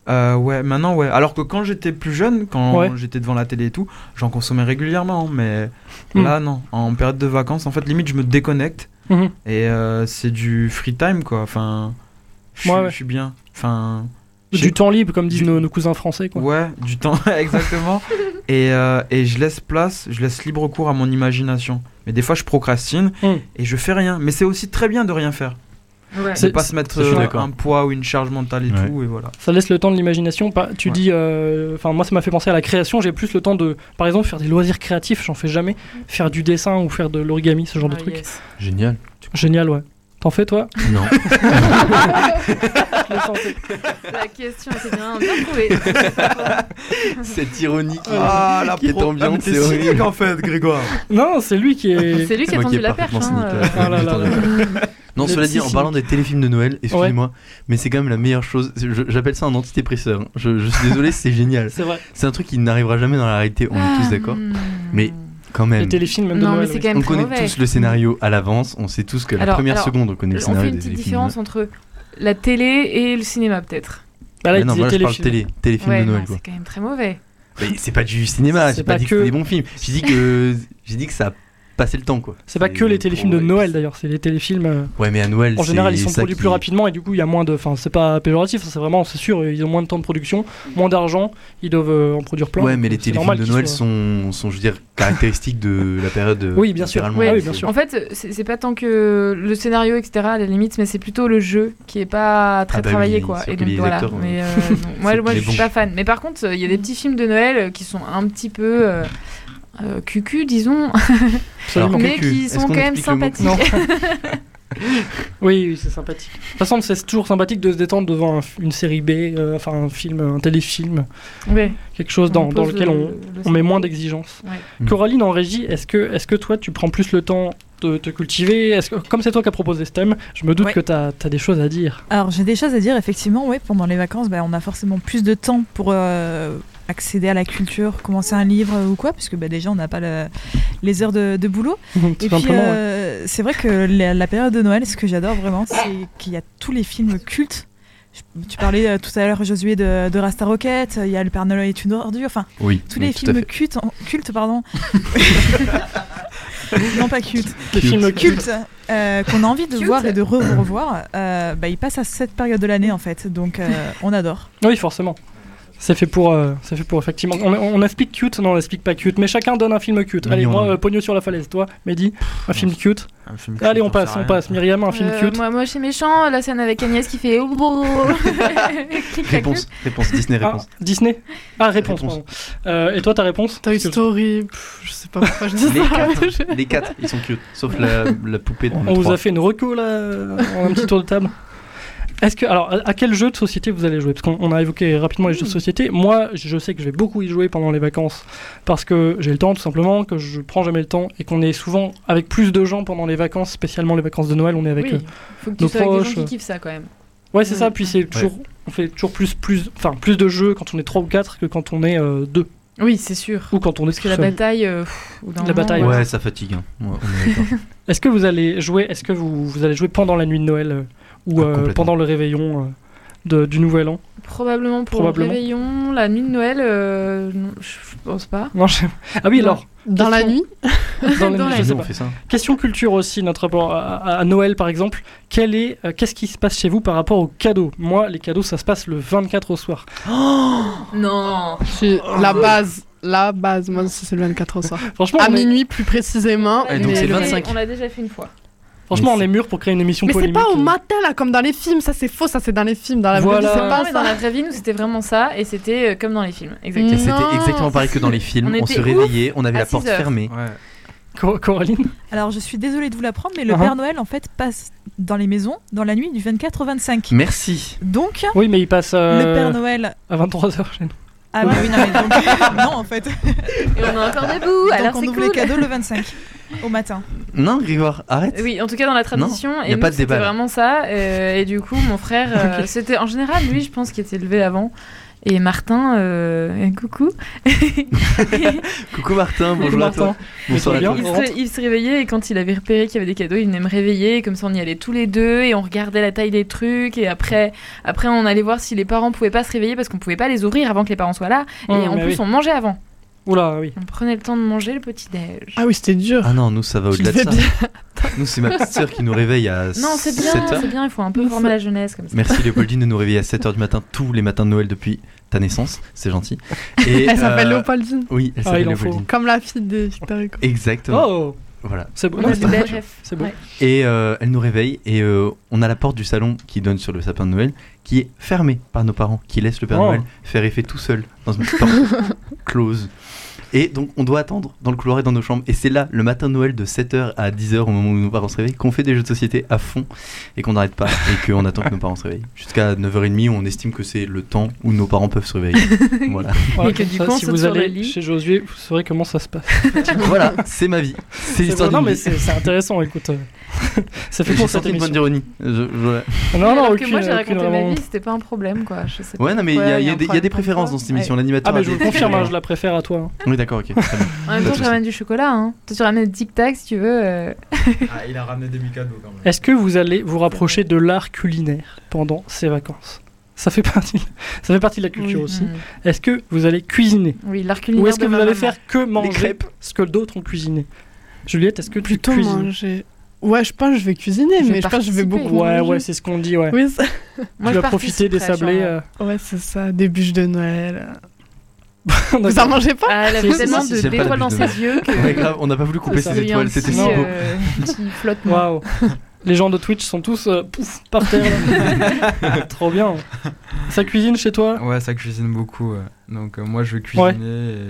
Speaker 3: Euh, ouais, maintenant, ouais. Alors que quand j'étais plus jeune, quand
Speaker 1: Ouais.
Speaker 3: j'étais devant la télé et tout, j'en consommais régulièrement. Mais
Speaker 1: Mm.
Speaker 3: là, non. En période de vacances, en fait, limite, je me déconnecte.
Speaker 1: Mhm.
Speaker 3: Et euh, c'est du free time, quoi. Enfin, je suis-
Speaker 1: Ouais, ouais.
Speaker 3: je suis bien. Enfin, j'ai-
Speaker 1: Du temps libre, comme disent
Speaker 3: Du-
Speaker 1: nos, nos cousins français quoi.
Speaker 3: Ouais, du temps, *laughs* exactement. et, euh, et je laisse place, je laisse libre cours à mon imagination. Mais des fois, je procrastine
Speaker 1: Mm.
Speaker 3: et je fais rien. Mais c'est aussi très bien de rien faire.
Speaker 1: C'est-
Speaker 3: De pas se mettre
Speaker 5: je suis
Speaker 3: euh,
Speaker 5: d'accord.
Speaker 3: un poids ou une charge mentale et
Speaker 5: Ouais.
Speaker 3: tout. Et voilà.
Speaker 1: Ça laisse le temps de l'imagination. Pas- Tu
Speaker 3: Ouais.
Speaker 1: dis, euh, enfin moi ça m'a fait penser à la création. J'ai plus le temps de, par exemple, faire des loisirs créatifs. J'en fais jamais. Faire du dessin ou faire de l'origami, ce genre de
Speaker 4: Ah,
Speaker 1: truc.
Speaker 4: yes.
Speaker 5: Génial.
Speaker 1: Génial, ouais. T'en fais toi
Speaker 5: Non.
Speaker 1: Je le sentais.
Speaker 4: La question, c'est bien, bien trouvé.
Speaker 5: Cette ironie qui,
Speaker 3: Ah, la
Speaker 5: qui est
Speaker 3: pro- Ah, mais
Speaker 5: ambiante,
Speaker 3: t'es
Speaker 5: c'est horrible.
Speaker 3: cynique en fait, Grégoire.
Speaker 1: *laughs* Non, c'est lui qui est.
Speaker 4: C'est lui qui
Speaker 5: C'est
Speaker 4: a
Speaker 5: moi
Speaker 4: tendu
Speaker 5: qui est
Speaker 4: la perche.
Speaker 5: parfaitement
Speaker 4: hein,
Speaker 5: cynique,
Speaker 4: euh.
Speaker 5: là.
Speaker 1: Ah là là là.
Speaker 5: Non,
Speaker 1: Le
Speaker 5: cela dit, en
Speaker 1: psychimique.
Speaker 5: parlant des téléfilms de Noël, excusez-moi, mais c'est quand même la meilleure chose. Je- J'appelle ça un antidépresseur. hein. Je, je suis désolé, c'est génial.
Speaker 1: *laughs* C'est vrai.
Speaker 5: C'est un truc qui n'arrivera jamais dans la réalité, on est tous d'accord.
Speaker 4: Hmm.
Speaker 5: Mais Quand
Speaker 1: Les
Speaker 5: même,
Speaker 1: téléfilms même de
Speaker 4: Non, mais
Speaker 1: Noël,
Speaker 4: c'est
Speaker 1: oui.
Speaker 4: quand même
Speaker 5: on
Speaker 4: très
Speaker 5: connaît
Speaker 4: mauvais.
Speaker 5: tous le scénario à l'avance, on sait tous que la
Speaker 4: Alors-
Speaker 5: première
Speaker 4: alors,
Speaker 5: seconde, on connaît le
Speaker 4: On fait
Speaker 5: scénario
Speaker 4: une
Speaker 5: des
Speaker 4: petite
Speaker 5: téléfilms.
Speaker 4: différence entre la télé et le cinéma, peut-être.
Speaker 1: Bah là,
Speaker 5: Mais
Speaker 1: il
Speaker 5: non,
Speaker 1: disait
Speaker 5: voilà, je parle
Speaker 1: téléfilm.
Speaker 5: télé, téléfilm
Speaker 4: Ouais,
Speaker 5: de Noël.
Speaker 4: non,
Speaker 5: quoi.
Speaker 4: c'est quand même très mauvais.
Speaker 5: Mais c'est pas du cinéma,
Speaker 1: C'est
Speaker 5: j'ai pas,
Speaker 1: pas
Speaker 5: dit que
Speaker 1: que-
Speaker 5: c'était des bons films. J'ai
Speaker 1: *laughs*
Speaker 5: dit que j'ai dit que ça passait le temps quoi.
Speaker 1: C'est pas que les téléfilms de Noël d'ailleurs, c'est les téléfilms. euh,
Speaker 5: Ouais, mais à Noël,
Speaker 1: En général, ils
Speaker 5: c'est
Speaker 1: sont
Speaker 5: ça
Speaker 1: produits
Speaker 5: qui-
Speaker 1: plus rapidement et du coup, il y a moins de. Enfin, c'est pas péjoratif, c'est vraiment, c'est sûr, ils ont moins de temps de production, moins d'argent, ils doivent euh, en produire plein.
Speaker 5: Ouais, mais les
Speaker 1: C'est
Speaker 5: téléfilms
Speaker 1: normal
Speaker 5: de
Speaker 1: qu'ils
Speaker 5: Noël
Speaker 1: soient-
Speaker 5: sont, sont, je veux dire, caractéristiques de la période. euh,
Speaker 1: Oui, bien sûr.
Speaker 5: littéralement.
Speaker 4: Ouais,
Speaker 1: Ah oui, bien sûr.
Speaker 4: En fait, c'est c'est pas tant que le scénario, etc., à la limite, mais c'est plutôt le jeu qui est pas très
Speaker 5: Ah bah
Speaker 4: travaillé,
Speaker 5: oui,
Speaker 4: quoi.
Speaker 5: c'est
Speaker 4: Et
Speaker 5: que
Speaker 4: donc
Speaker 5: les
Speaker 4: voilà.
Speaker 5: acteurs,
Speaker 4: mais, euh,
Speaker 5: euh, *laughs*
Speaker 4: non. moi,
Speaker 5: c'est
Speaker 4: moi
Speaker 5: que
Speaker 4: je
Speaker 5: les
Speaker 4: suis
Speaker 5: bons.
Speaker 4: pas fan. Mais par contre, il y a des petits films de Noël euh, qui sont un petit peu euh, euh, cucu, disons, *laughs*
Speaker 5: Alors,
Speaker 1: Absolument.
Speaker 4: mais
Speaker 5: cucu,
Speaker 4: qui
Speaker 5: est-ce
Speaker 4: sont
Speaker 5: qu'on
Speaker 4: quand même
Speaker 5: explique le mot
Speaker 4: sympathiques.
Speaker 1: Non.
Speaker 4: *laughs*
Speaker 1: oui, oui, c'est sympathique. De toute façon, c'est toujours sympathique de se détendre devant un f- une série B, euh, enfin un film, un téléfilm,
Speaker 4: Ouais.
Speaker 1: quelque chose dans, dans lequel on, on met moins d'exigences.
Speaker 4: Ouais.
Speaker 5: Mm.
Speaker 1: Coraline en régie, est-ce que, est que toi tu prends plus le temps de te cultiver Est-ce que, Comme c'est toi qui as proposé ce thème, je me doute
Speaker 10: Ouais.
Speaker 1: que tu as, des choses à dire.
Speaker 10: Alors j'ai des choses à dire, effectivement, ouais, pendant les vacances, bah, on a forcément plus de temps pour euh, accéder à la culture, commencer un livre euh, ou quoi, parce que bah, déjà on n'a pas le- les heures de, de boulot.
Speaker 1: *laughs* Tout
Speaker 10: Et puis
Speaker 1: simplement. ouais.
Speaker 10: euh, c'est vrai que la, la période de Noël, ce que j'adore vraiment, c'est qu'il y a tous les films cultes. Je- Tu parlais euh, tout à l'heure, Josué, de, de Rasta Rocket, il y a Le Père Noël est une ordure, enfin
Speaker 5: Oui.
Speaker 10: tous les
Speaker 5: tout à
Speaker 10: films
Speaker 5: fait.
Speaker 10: cultes, en- cultes, pardon.
Speaker 5: *laughs*
Speaker 10: non pas cultes
Speaker 1: Les
Speaker 5: cute.
Speaker 1: films cultes.
Speaker 10: culte euh, qu'on a envie de
Speaker 4: Culte.
Speaker 10: voir et de re- revoir, euh, bah, il passe à cette période de l'année en fait, donc euh, on adore.
Speaker 1: Oui, forcément. C'est fait pour, euh, c'est fait pour effectivement. On, on explique cute, non, on explique pas cute, mais chacun donne un film cute. Allez,
Speaker 5: Mignon,
Speaker 1: moi,
Speaker 5: hein.
Speaker 1: euh, Pogno sur la falaise, toi, Mehdi, un film cute.
Speaker 3: Un film
Speaker 1: Allez, on
Speaker 3: culture, ça
Speaker 1: passe,
Speaker 3: sert à rien.
Speaker 1: on passe. Myriam, un film
Speaker 4: Euh,
Speaker 1: cute.
Speaker 4: Moi, moi, je suis méchant. La scène avec Agnès qui fait.
Speaker 1: *laughs*
Speaker 4: Clic, clac,
Speaker 5: Réponse, réponse, Disney
Speaker 1: Ah,
Speaker 5: réponse.
Speaker 1: Disney Ah, réponse,
Speaker 5: Réponse.
Speaker 1: pardon. Euh, et toi, ta réponse
Speaker 8: Toy
Speaker 1: Parce que-
Speaker 8: Story, pff, je sais pas pourquoi je dis
Speaker 5: Les
Speaker 8: ça.
Speaker 1: *laughs*
Speaker 8: *laughs*
Speaker 5: quatre, les quatre, ils sont cute, sauf la, la poupée dans
Speaker 1: On
Speaker 5: le
Speaker 1: vous
Speaker 5: trois.
Speaker 1: a fait une reco là, en un petit tour de table. Est-ce que alors à à quel jeu de société vous allez jouer Parce qu'on on a évoqué rapidement les jeux de société. Moi, je sais que je vais beaucoup y jouer pendant les vacances parce que j'ai le temps tout simplement, que je prends jamais le temps et qu'on est souvent avec plus de gens pendant les vacances, spécialement les vacances de Noël, on est avec
Speaker 4: oui,
Speaker 1: eux.
Speaker 4: faut que tu
Speaker 1: nos
Speaker 4: sois avec des
Speaker 1: proches,
Speaker 4: gens
Speaker 1: euh,
Speaker 4: qui kiffent ça quand même.
Speaker 1: Ouais, c'est ça. Puis c'est toujours, on fait toujours plus, plus, enfin plus de jeux quand on est 3 ou 4 que quand on est 2
Speaker 4: Oui, c'est sûr.
Speaker 1: ou quand on est
Speaker 4: Parce que la
Speaker 1: seul.
Speaker 4: bataille. euh, pff, au bout d'un
Speaker 1: La
Speaker 4: moment,
Speaker 1: bataille,
Speaker 4: euh,
Speaker 5: Ouais, ça fatigue. hein. Ouais, on est d'accord.
Speaker 1: Est-ce que vous allez jouer Est-ce que vous, vous allez jouer pendant la nuit de Noël euh, ou
Speaker 5: Ah,
Speaker 1: euh,
Speaker 5: complètement.
Speaker 1: pendant le réveillon euh, de- du Nouvel An
Speaker 4: Probablement pour
Speaker 1: Probablement.
Speaker 4: le réveillon, la nuit de Noël, euh, non, je pense pas.
Speaker 1: Non, je- Ah oui,
Speaker 4: Non.
Speaker 1: alors.
Speaker 8: Dans la
Speaker 1: question-
Speaker 8: nuit
Speaker 1: dans la
Speaker 4: *laughs* Dans
Speaker 1: nuit,
Speaker 4: la
Speaker 1: je
Speaker 5: Jamais
Speaker 1: sais
Speaker 5: on
Speaker 1: pas.
Speaker 5: fait ça.
Speaker 1: Question culture aussi, notre rapport à, à- à Noël par exemple. Quel est, euh, qu'est-ce qui se passe chez vous par rapport aux cadeaux Moi, les cadeaux, ça se passe le 24 au soir.
Speaker 4: *gasps* Non
Speaker 8: C'est la base. La base, moi aussi c'est le 24 au soir.
Speaker 1: Franchement,
Speaker 8: À
Speaker 1: on est,
Speaker 8: minuit plus précisément.
Speaker 5: Et donc,
Speaker 8: mais
Speaker 5: c'est
Speaker 8: le-
Speaker 5: 25.
Speaker 4: On l'a déjà fait une fois.
Speaker 1: franchement,
Speaker 5: Mais
Speaker 1: on est mûr pour créer une émission
Speaker 8: Mais c'est
Speaker 1: polémique.
Speaker 8: pas
Speaker 5: euh.
Speaker 8: au matin là, comme dans les films, ça c'est faux, ça c'est dans les films. Dans la vraie
Speaker 1: Voilà.
Speaker 8: vie, c'est
Speaker 4: Non,
Speaker 8: pas
Speaker 4: mais
Speaker 8: ça.
Speaker 4: Ah dans
Speaker 8: *laughs*
Speaker 4: la vraie vie, nous, c'était vraiment ça, et c'était euh, comme dans les films. Exactement.
Speaker 5: Et
Speaker 8: Non,
Speaker 5: C'était exactement pareil que dans les films.
Speaker 4: On
Speaker 5: On,
Speaker 4: était
Speaker 5: se réveillait, on avait
Speaker 4: à
Speaker 5: la porte
Speaker 4: 6 heures.
Speaker 5: fermée.
Speaker 3: Ouais.
Speaker 1: Co- Coraline
Speaker 10: *laughs* Alors je suis désolée de vous l'apprendre, mais le
Speaker 1: Ah.
Speaker 10: Père Noël en fait passe dans les maisons dans la nuit du 24 au 25.
Speaker 5: Merci.
Speaker 10: Donc
Speaker 1: Oui, mais il passe
Speaker 10: le Père
Speaker 1: euh,
Speaker 10: Noël.
Speaker 1: à 23h chez nous.
Speaker 10: Ah bah oui, non, mais donc- *laughs* non en fait.
Speaker 4: Et on est
Speaker 5: Ah.
Speaker 4: encore debout, alors
Speaker 10: Bah, donc on
Speaker 4: c'est
Speaker 10: ouvre
Speaker 4: cool.
Speaker 10: les
Speaker 4: *laughs*
Speaker 10: cadeaux le 25 au matin.
Speaker 5: Non, Grégoire, arrête.
Speaker 4: Oui, en tout cas dans la tradition.
Speaker 5: Non,
Speaker 4: et
Speaker 5: y a
Speaker 4: nous,
Speaker 5: pas de
Speaker 4: c'était
Speaker 5: débat, là.
Speaker 4: vraiment ça. euh, et du coup, mon
Speaker 5: *laughs*
Speaker 4: frère, euh, c'était en général lui, je pense, qui était levé avant. Et Martin, euh, coucou, Euh,
Speaker 5: Coucou Martin, bonjour à toi.
Speaker 1: Martin.
Speaker 5: Bonsoir à
Speaker 1: Mais
Speaker 5: toi.
Speaker 1: toi,
Speaker 4: il
Speaker 1: On rentre.
Speaker 4: se, il se réveillait et quand il avait repéré qu'il y avait des cadeaux, il venait me réveiller. Et comme ça, on y allait tous les deux et on regardait la taille des trucs. Et après, après on allait voir si les parents pouvaient pas se réveiller parce qu'on pouvait pas les ouvrir avant que les parents soient là.
Speaker 1: Oh,
Speaker 4: et en
Speaker 1: mais
Speaker 4: plus,
Speaker 1: oui.
Speaker 4: on mangeait avant.
Speaker 1: Oula, oui.
Speaker 4: On prenait le temps de manger le petit déj.
Speaker 8: Ah oui, c'était dur.
Speaker 5: Ah non, nous ça va
Speaker 8: Je
Speaker 5: au-delà de
Speaker 8: le
Speaker 5: ça.
Speaker 8: fais
Speaker 5: Nous c'est ma petite sœur qui nous réveille à
Speaker 4: Non, c'est
Speaker 5: 7
Speaker 4: bien,
Speaker 5: heures.
Speaker 4: c'est bien. Il faut un peu former la jeunesse comme ça.
Speaker 5: Merci Léopoldine de nous réveiller à 7h du matin tous les matins de Noël depuis ta naissance, c'est
Speaker 8: *laughs*
Speaker 5: gentil. Et,
Speaker 8: Elle s'appelle
Speaker 5: euh,
Speaker 8: Léopoldine,
Speaker 5: Oui, elle
Speaker 1: Ah,
Speaker 5: s'appelle
Speaker 1: il en faut.
Speaker 5: Léopoldine.
Speaker 8: comme la fille de Victor Hugo.
Speaker 5: Exactement.
Speaker 1: Oh,
Speaker 5: Voilà.
Speaker 1: c'est beau.
Speaker 4: On a
Speaker 1: Non,
Speaker 4: du
Speaker 1: c'est
Speaker 4: bel
Speaker 1: beau.
Speaker 4: rêve.
Speaker 1: *laughs* C'est beau.
Speaker 4: Ouais.
Speaker 5: Et euh, elle nous réveille et euh, on a la porte du salon qui donne sur le sapin de Noël qui est fermée par nos parents, qui laissent le Père
Speaker 1: Oh.
Speaker 5: Noël faire effet tout seul dans
Speaker 4: *laughs*
Speaker 5: une petite porte close. Et donc on doit attendre dans le couloir et dans nos chambres. Et c'est là, le matin de Noël de 7h à 10h au moment où nos parents se réveillent, qu'on fait des jeux de société à fond et qu'on n'arrête pas et qu'on attend que nos parents se réveillent. Jusqu'à 9h30 où on estime que c'est le temps où nos parents peuvent se
Speaker 4: *laughs*
Speaker 5: réveiller. voilà,
Speaker 1: Voilà,
Speaker 4: que
Speaker 1: comme
Speaker 4: du
Speaker 1: ça,
Speaker 4: coup, on
Speaker 1: si
Speaker 4: saute
Speaker 1: vous
Speaker 4: sur le
Speaker 1: allez
Speaker 4: lit.
Speaker 1: chez Josué, vous saurez comment ça se *laughs* passe.
Speaker 5: voilà c'est ma vie. C'est
Speaker 1: C'est vrai,
Speaker 5: l'histoire
Speaker 1: non,
Speaker 5: d'une
Speaker 1: mais
Speaker 5: vie.
Speaker 1: c'est c'est intéressant, écoute. euh, ça fait
Speaker 5: J'ai
Speaker 1: pour cette
Speaker 5: senti une
Speaker 1: émission.
Speaker 5: bonne ironie. Je- voilà.
Speaker 1: Non, non,
Speaker 4: Alors
Speaker 1: aucune,
Speaker 4: que moi j'ai
Speaker 1: aucune
Speaker 4: raconté
Speaker 1: vraiment.
Speaker 4: ma vie, c'était pas un problème quoi. Je sais pas
Speaker 5: Ouais, non, mais il y,
Speaker 4: pourquoi,
Speaker 5: a- il y a
Speaker 4: un
Speaker 5: des- il y a
Speaker 4: problème
Speaker 5: des
Speaker 4: comme
Speaker 5: préférences
Speaker 4: ça.
Speaker 5: dans cette émission. L'animateur.
Speaker 1: Ah, mais
Speaker 5: a
Speaker 1: je vous
Speaker 5: des-
Speaker 1: confirme, hein, je la préfère à toi. hein.
Speaker 5: Oui, d'accord, ok. très bien.
Speaker 4: Ouais. En même
Speaker 5: Pas
Speaker 4: temps,
Speaker 5: de
Speaker 4: je
Speaker 5: souci.
Speaker 4: ramène du chocolat. Hein. Toi, tu ramènes Tic Tac si tu veux. euh.
Speaker 3: *laughs*
Speaker 4: *laughs*
Speaker 3: Ah, il a ramené des micados quand même.
Speaker 1: Est-ce que vous allez vous rapprocher de l'art culinaire pendant ces vacances ça fait, partie, *laughs* ça fait partie de la culture
Speaker 8: Oui.
Speaker 1: aussi. Est-ce que vous allez cuisiner
Speaker 4: Oui, l'art culinaire.
Speaker 1: Ou est-ce que
Speaker 4: de
Speaker 1: vous
Speaker 4: ma
Speaker 1: allez
Speaker 4: maman.
Speaker 1: faire que manger
Speaker 5: crêpes.
Speaker 1: ce que d'autres ont cuisiné Juliette, est-ce que tu
Speaker 8: Plutôt
Speaker 1: cuisines
Speaker 8: manger. Ouais, je pense que je vais cuisiner,
Speaker 4: Je vais
Speaker 8: mais je pense que je vais
Speaker 4: participer.
Speaker 8: beaucoup
Speaker 1: Ouais,
Speaker 8: manger.
Speaker 1: ouais, c'est ce qu'on dit, ouais. *laughs*
Speaker 8: Oui, ça-
Speaker 4: Moi,
Speaker 1: tu
Speaker 4: je
Speaker 1: vas profiter des
Speaker 4: participerai,
Speaker 1: sablés.
Speaker 4: sûrement.
Speaker 1: euh,
Speaker 8: ouais, c'est ça, des bûches de Noël. Vous
Speaker 1: *laughs*
Speaker 8: en
Speaker 1: d'accord.
Speaker 8: mangez pas
Speaker 4: Ah, elle
Speaker 1: Si,
Speaker 4: avait
Speaker 1: si,
Speaker 4: tellement
Speaker 5: si,
Speaker 4: de
Speaker 5: j'aime pas
Speaker 4: pétrole
Speaker 5: la
Speaker 4: dans
Speaker 5: bouche de
Speaker 4: ses
Speaker 1: *laughs*
Speaker 4: yeux que.
Speaker 5: Ouais, grave, on n'a pas voulu couper
Speaker 1: Ça
Speaker 5: ses
Speaker 4: il y a un
Speaker 5: étoiles, c'était
Speaker 4: petit,
Speaker 5: si beau.
Speaker 4: euh, petit flottement.
Speaker 1: Waouh. Les gens de Twitch sont tous euh, pouf
Speaker 4: *laughs*
Speaker 1: par terre. là. *laughs* Trop bien. Ça cuisine chez toi
Speaker 3: Ouais, ça cuisine beaucoup. ouais. Donc euh, moi je vais cuisiner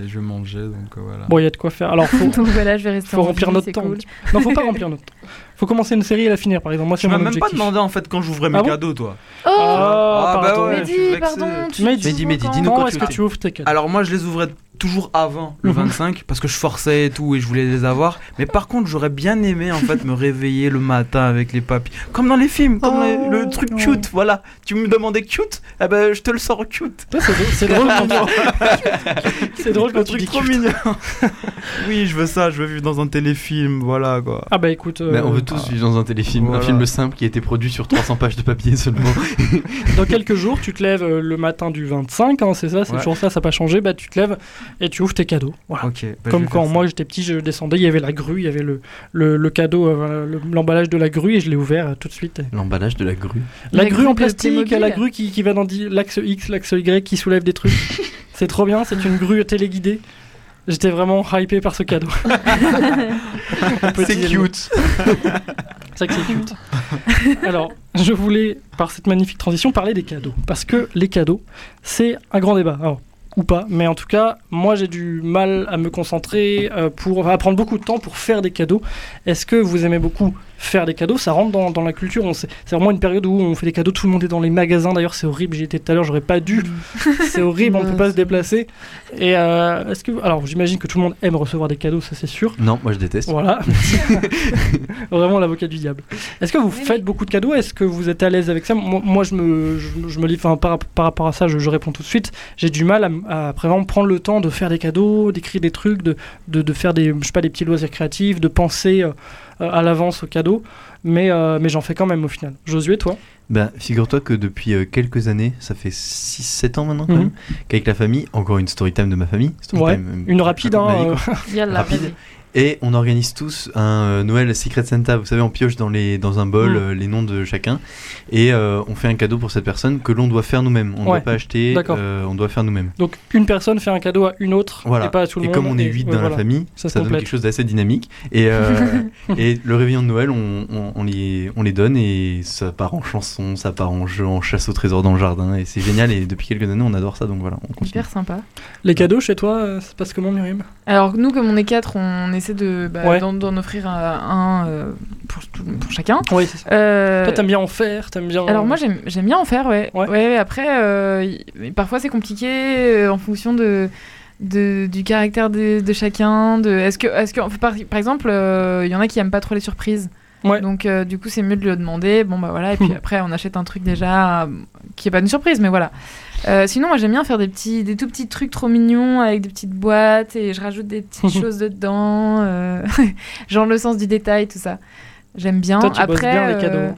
Speaker 3: et je vais manger. Donc euh, voilà.
Speaker 1: Bon, il y a de quoi faire. Alors, faut,
Speaker 4: *laughs* Donc voilà, je vais rester
Speaker 1: faut
Speaker 4: en
Speaker 1: remplir
Speaker 4: vie,
Speaker 1: notre
Speaker 4: c'est
Speaker 1: temps.
Speaker 4: cool.
Speaker 1: Non, faut pas remplir
Speaker 4: *laughs*
Speaker 1: notre temps. Faut commencer une série et la finir, par exemple. Moi,
Speaker 3: Tu
Speaker 1: c'est mon
Speaker 3: m'as même pas
Speaker 1: objectif.
Speaker 3: demandé en fait quand j'ouvrais mes
Speaker 1: Ah bon
Speaker 3: cadeaux, toi.
Speaker 4: Oh
Speaker 1: Ah,
Speaker 3: Ah, bah
Speaker 1: pardon.
Speaker 3: ouais.
Speaker 1: Mais
Speaker 3: je suis
Speaker 4: Mehdi,
Speaker 3: vexé.
Speaker 4: pardon. tu-
Speaker 1: Mehdi,
Speaker 4: tu
Speaker 5: Mehdi,
Speaker 4: ouvres
Speaker 5: Mehdi,
Speaker 4: quand
Speaker 5: dis-nous
Speaker 1: Quand
Speaker 5: quoi
Speaker 1: est-ce
Speaker 5: tu
Speaker 1: que tu ouvres tes cadeaux
Speaker 3: Alors moi je les ouvrais toujours avant le
Speaker 1: Mhm.
Speaker 3: 25 parce que je forçais et tout et je voulais les avoir. Mais par contre j'aurais bien aimé en fait me réveiller le matin avec les papilles. Comme dans les films, comme
Speaker 8: Oh,
Speaker 3: le, le truc
Speaker 8: non.
Speaker 3: cute, voilà. Tu me demandais cute, eh ben je te le sors cute.
Speaker 1: Ouais, C'est drôle- c'est drôle quand tu- C'est drôle
Speaker 3: Le
Speaker 1: quand tu
Speaker 3: truc
Speaker 5: *laughs*
Speaker 1: dis
Speaker 3: trop
Speaker 1: cute.
Speaker 3: mignon. *laughs* oui je veux ça, je veux vivre dans un téléfilm, voilà quoi.
Speaker 1: Ah bah écoute, euh,
Speaker 5: Mais on veut tous vivre dans un téléfilm, un
Speaker 3: Voilà.
Speaker 5: film simple qui a été produit sur 300 pages de papier
Speaker 1: *laughs*
Speaker 5: seulement.
Speaker 1: dans quelques jours, tu te lèves euh, le matin du 25, hein, c'est ça, c'est
Speaker 3: Ouais.
Speaker 1: toujours ça, ça n'a pas changé, bah tu te lèves et tu ouvres tes cadeaux. Voilà.
Speaker 3: Ok. bah, je
Speaker 1: Comme
Speaker 3: vais
Speaker 1: quand
Speaker 3: faire
Speaker 1: moi j'étais petit, je descendais, il y avait la grue, il y avait le, le, le cadeau, euh, le- l'emballage de la grue et je l'ai ouvert euh, tout de suite.
Speaker 5: L'emballage de la grue.
Speaker 1: La,
Speaker 4: La
Speaker 1: grue,
Speaker 4: grue
Speaker 1: en
Speaker 4: de
Speaker 1: plastique,
Speaker 4: Playmobil.
Speaker 1: la grue qui, qui va dans di- l'axe X, l'axe Y, qui soulève des *laughs* trucs. c'est trop bien, c'est une grue téléguidée. J'étais vraiment hypé par ce *laughs* cadeau.
Speaker 5: C'est
Speaker 1: Petit élément. *laughs*
Speaker 5: cute.
Speaker 1: C'est vrai que c'est cute. Alors, je voulais, par cette magnifique transition, parler des cadeaux. Parce que les cadeaux, c'est un grand débat. Alors, ou pas, mais en tout cas, moi j'ai du mal à me concentrer, euh, pour, à prendre beaucoup de temps pour faire des cadeaux. Est-ce que vous aimez beaucoup faire des cadeaux, ça rentre dans, dans la culture. On sait- C'est vraiment une période où on fait des cadeaux, tout le monde est dans les magasins. D'ailleurs, c'est horrible, j'y étais tout à l'heure, j'aurais pas dû. *laughs* c'est horrible, on peut pas se déplacer. Et euh, est-ce que. Alors, j'imagine que tout le monde aime recevoir des cadeaux, ça c'est sûr.
Speaker 5: Non, moi je déteste.
Speaker 1: Voilà. *laughs* Vraiment l'avocat du diable. Est-ce que vous faites beaucoup de cadeaux Est-ce que vous êtes à l'aise avec ça moi, moi, je me, je, je me lis, enfin, par, par rapport à ça, je, je réponds tout de suite. J'ai du mal à, m- à vraiment prendre le temps de faire des cadeaux, d'écrire des trucs, de, de, de faire des, je sais pas, des petits loisirs créatifs, de penser euh, à l'avance aux cadeaux. Mais, euh, mais j'en fais quand même au final. Josué, toi
Speaker 5: Ben, figure-toi que depuis euh, quelques années, ça fait 6-7 ans maintenant quand
Speaker 1: Mhm.
Speaker 5: même, qu'avec la famille, encore une story time de ma famille. story
Speaker 1: Ouais.
Speaker 5: time, euh,
Speaker 1: Une rapide,
Speaker 5: raconte ma vie,
Speaker 1: hein.
Speaker 5: quoi. *laughs*
Speaker 1: euh, *laughs*
Speaker 4: Yallah,
Speaker 5: Rapide.
Speaker 4: vas-y.
Speaker 5: Et on organise tous un euh, Noël Secret Santa. Vous savez, on pioche dans, les, dans un bol
Speaker 1: Mm.
Speaker 5: euh, les noms de chacun. Et euh, on fait un cadeau pour cette personne que l'on doit faire nous-mêmes. On ne
Speaker 1: Ouais.
Speaker 5: doit pas acheter,
Speaker 1: D'accord.
Speaker 5: euh, on doit faire nous-mêmes.
Speaker 1: Donc une personne fait un cadeau à une autre
Speaker 5: Voilà.
Speaker 1: et pas à tout le
Speaker 5: et
Speaker 1: monde.
Speaker 5: comme on est 8
Speaker 1: ouais,
Speaker 5: dans
Speaker 1: voilà.
Speaker 5: la famille,
Speaker 1: Ça
Speaker 5: ça,
Speaker 1: se
Speaker 5: donne
Speaker 1: complète.
Speaker 5: quelque chose d'assez dynamique. Et,
Speaker 1: *laughs*
Speaker 5: euh, et le réveillon de Noël, on, on- on les, on les donne et ça part en chanson, ça part en jeu, en chasse au trésor dans le jardin. Et c'est génial. Et depuis quelques années, on adore ça. Donc voilà, on continue.
Speaker 4: Hyper sympa.
Speaker 1: Les cadeaux chez toi, euh, ça se passe comment, Myriam
Speaker 4: Alors nous, comme on est quatre, on essaie de bah,
Speaker 1: Ouais.
Speaker 4: d'en, d'en offrir euh, un euh, pour, tout- pour chacun.
Speaker 1: Oui, c'est ça.
Speaker 4: Euh,
Speaker 1: Toi, t'aimes bien en faire, t'aimes bien.
Speaker 4: alors moi j'aime, j'aime bien en faire, ouais.
Speaker 1: Ouais.
Speaker 4: ouais après, euh, y- mais parfois c'est compliqué euh, en fonction de, de- du caractère de, de chacun. De, est-ce que, est-ce que, par, par exemple, euh, il y en a qui aiment pas trop les surprises.
Speaker 1: Ouais.
Speaker 4: Donc euh, du coup c'est mieux de le demander. Bon bah voilà et puis après on achète un truc déjà euh, qui est pas une surprise mais voilà. Euh, sinon moi j'aime bien faire des petits, des tout petits trucs trop mignons avec des petites boîtes et je rajoute des petites choses dedans, euh, *laughs* genre le sens du détail tout ça. J'aime bien.
Speaker 1: Toi, tu
Speaker 4: après
Speaker 1: bosses bien les cadeaux.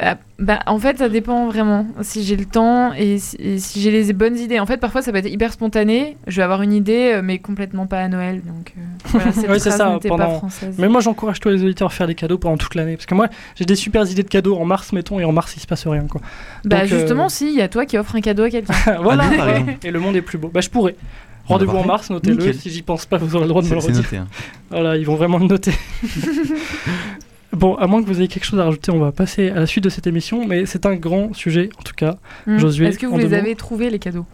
Speaker 4: ah, bah, en fait, ça dépend vraiment. Si j'ai le temps et si, et si j'ai les bonnes idées. En fait, parfois, ça peut être hyper spontané. Je vais avoir une idée, euh, mais complètement pas à Noël.
Speaker 1: *laughs*
Speaker 4: Donc, euh, voilà, cette
Speaker 1: Oui, c'est
Speaker 4: phrase
Speaker 1: ça,
Speaker 4: n'était
Speaker 1: pendant-
Speaker 4: pas française.
Speaker 1: Mais moi, j'encourage tous les auditeurs à faire des cadeaux pendant toute l'année. Parce que moi, j'ai des super idées de cadeaux en mars, mettons, et en mars, il se passe rien. Quoi.
Speaker 4: Bah,
Speaker 1: Donc, euh,
Speaker 4: justement, si, il y a toi qui offre un cadeau à quelqu'un.
Speaker 1: *laughs* voilà.
Speaker 5: Ah, nous, par exemple.
Speaker 1: *laughs* et le monde est plus beau. Bah, je pourrais. Rendez-vous en
Speaker 5: parfait.
Speaker 1: mars, notez-le.
Speaker 5: Nickel.
Speaker 1: Si j'y pense pas, vous aurez le droit de me
Speaker 5: C'est
Speaker 1: le
Speaker 5: c'est
Speaker 1: redire.
Speaker 5: noté. hein.
Speaker 1: *laughs* Voilà, ils vont vraiment le
Speaker 4: *laughs*
Speaker 1: noter. bon, à moins que vous ayez quelque chose à rajouter, on va passer à la suite de cette émission. Mais c'est un grand sujet, en tout cas.
Speaker 4: Hmm.
Speaker 1: Josué,
Speaker 4: Est-ce que vous
Speaker 1: en deux
Speaker 4: les
Speaker 1: mots
Speaker 4: avez trouvés, les cadeaux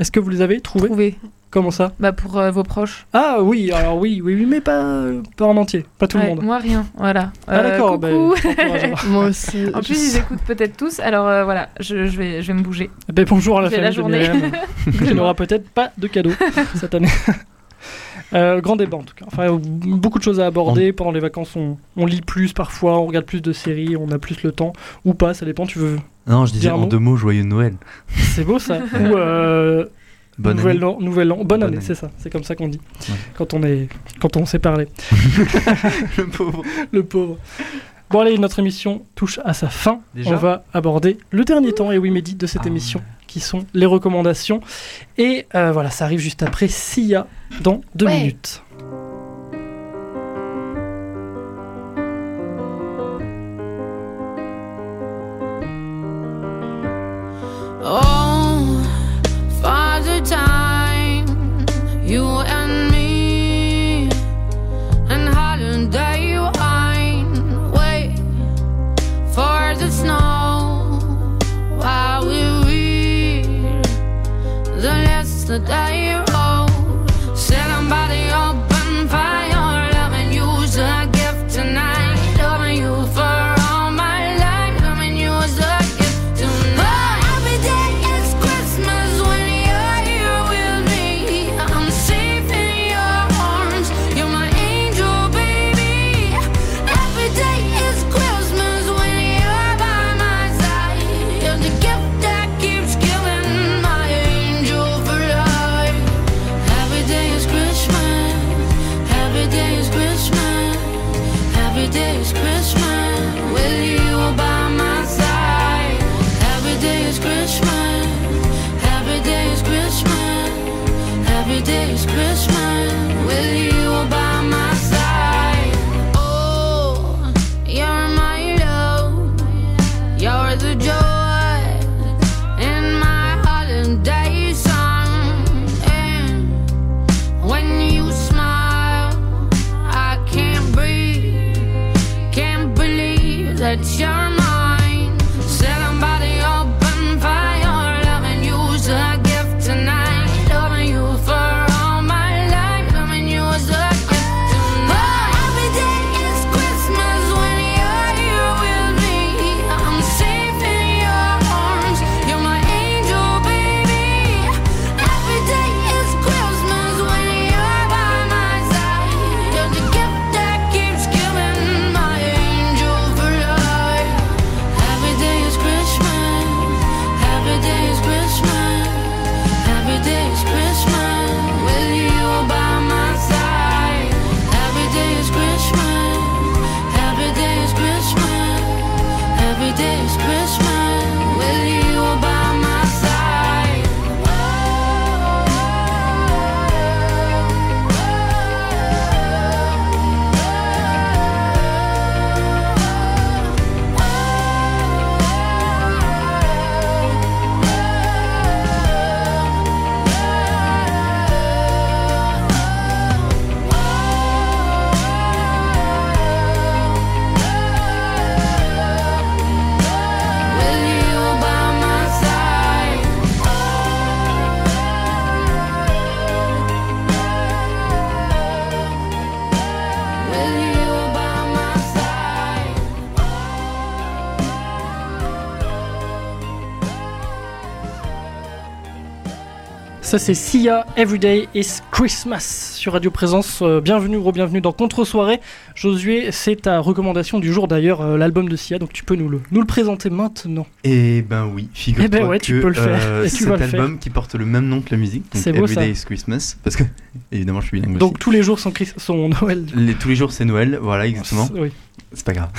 Speaker 1: Est-ce que vous les avez trouvés
Speaker 4: Trouvés.
Speaker 1: Comment ça
Speaker 4: Bah, pour euh, vos proches.
Speaker 1: Ah oui, alors oui, oui, oui, mais pas, pas en entier. Pas tout
Speaker 4: Ouais,
Speaker 1: le monde.
Speaker 4: Moi, rien. Voilà.
Speaker 1: Ah
Speaker 4: Euh,
Speaker 1: d'accord, *laughs* bah,
Speaker 4: coucou.
Speaker 1: encourageant.
Speaker 4: *laughs*
Speaker 8: Moi
Speaker 1: *laughs*
Speaker 8: aussi.
Speaker 4: En plus, ils écoutent peut-être tous. Alors, euh, voilà, je, je vais, je vais me bouger.
Speaker 1: Ben, bonjour à la
Speaker 4: J'ai
Speaker 1: famille
Speaker 4: la
Speaker 1: de
Speaker 4: journée. *laughs*
Speaker 1: Myriam, qui n'aura peut-être pas de cadeau cette année. *laughs* Euh, grand débat en tout cas. Enfin, beaucoup de choses à aborder. Pendant les vacances, on, on lit plus parfois, on regarde plus de séries, on a plus le temps ou pas, ça dépend. Tu veux.
Speaker 5: Non, je disais
Speaker 1: Dire un
Speaker 5: en
Speaker 1: mot.
Speaker 5: deux mots, joyeux Noël.
Speaker 1: C'est beau ça. ou euh,
Speaker 5: Bonne
Speaker 1: nouvel
Speaker 5: année.
Speaker 1: an, nouvel an- bonne,
Speaker 5: Bonne
Speaker 1: année,
Speaker 5: année.
Speaker 1: c'est ça. C'est comme ça qu'on dit
Speaker 5: Ouais.
Speaker 1: quand on est quand on s'est parlé.
Speaker 5: *laughs*
Speaker 1: *laughs*
Speaker 5: Le pauvre.
Speaker 1: Le pauvre. Bon allez, notre émission touche à sa fin.
Speaker 3: Déjà
Speaker 1: on va aborder le dernier temps, et oui Mehdi, de cette
Speaker 5: Ah
Speaker 1: émission, qui sont les recommandations. Et euh, voilà, ça arrive juste après Sia dans deux
Speaker 9: Ouais.
Speaker 1: minutes.
Speaker 9: Oh, Father Time, you and me, and holiday wine. Wait for the snow while we read the yesterday road. Somebody open fire, loving you's a gift tonight. Loving you for all my life, loving you's a gift tonight. Every day is Christmas when you're here with me. I'm safe in your arms, you're my angel, baby. Every day is Christmas when you're by my side. You're the gift that keeps giving, my angel for life. Oh,
Speaker 1: Ça, c'est Sia, Everyday is Christmas sur Radio Présence. Euh, bienvenue, gros, bienvenue dans Contre-soirée. Josué, c'est ta recommandation du jour d'ailleurs, euh, l'album de Sia, donc tu peux nous le, nous le présenter maintenant.
Speaker 5: Et ben oui, figure-toi
Speaker 1: Eh ben ouais,
Speaker 5: que
Speaker 1: tu peux le faire.
Speaker 5: euh,
Speaker 1: *laughs* Et tu
Speaker 5: cet
Speaker 1: vas le faire.
Speaker 5: album qui porte le même nom que la musique, donc
Speaker 1: C'est beau,
Speaker 5: Everyday
Speaker 1: ça.
Speaker 5: is Christmas, parce que *laughs* évidemment je suis bilingue
Speaker 1: Donc tous les jours sont, Christ- sont *laughs* Noël.
Speaker 5: aussi. Les- tous les jours c'est Noël, voilà exactement.
Speaker 1: Oui.
Speaker 5: C'est pas
Speaker 1: *laughs*
Speaker 5: grave.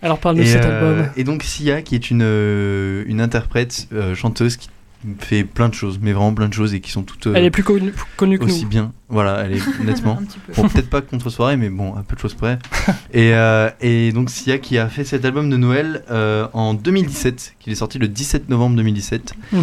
Speaker 1: Alors parle-nous de
Speaker 5: Et,
Speaker 1: cet
Speaker 5: euh,
Speaker 1: album.
Speaker 5: Et donc Sia, qui est une, euh, une interprète, euh, chanteuse, qui fait plein de choses, mais vraiment plein de choses, et qui sont toutes euh,
Speaker 1: Elle est plus connue, connue que
Speaker 5: aussi
Speaker 1: nous.
Speaker 5: bien. Voilà,
Speaker 4: *laughs*
Speaker 5: elle est nettement.
Speaker 4: Un petit peu.
Speaker 5: Bon, peut-être pas contre soirée, mais bon, à peu de choses
Speaker 1: *laughs*
Speaker 5: près. et, euh, et donc Sia qui a fait cet album de Noël euh, en 2017, qu'il est sorti le 17 novembre 2017.
Speaker 1: Mhm.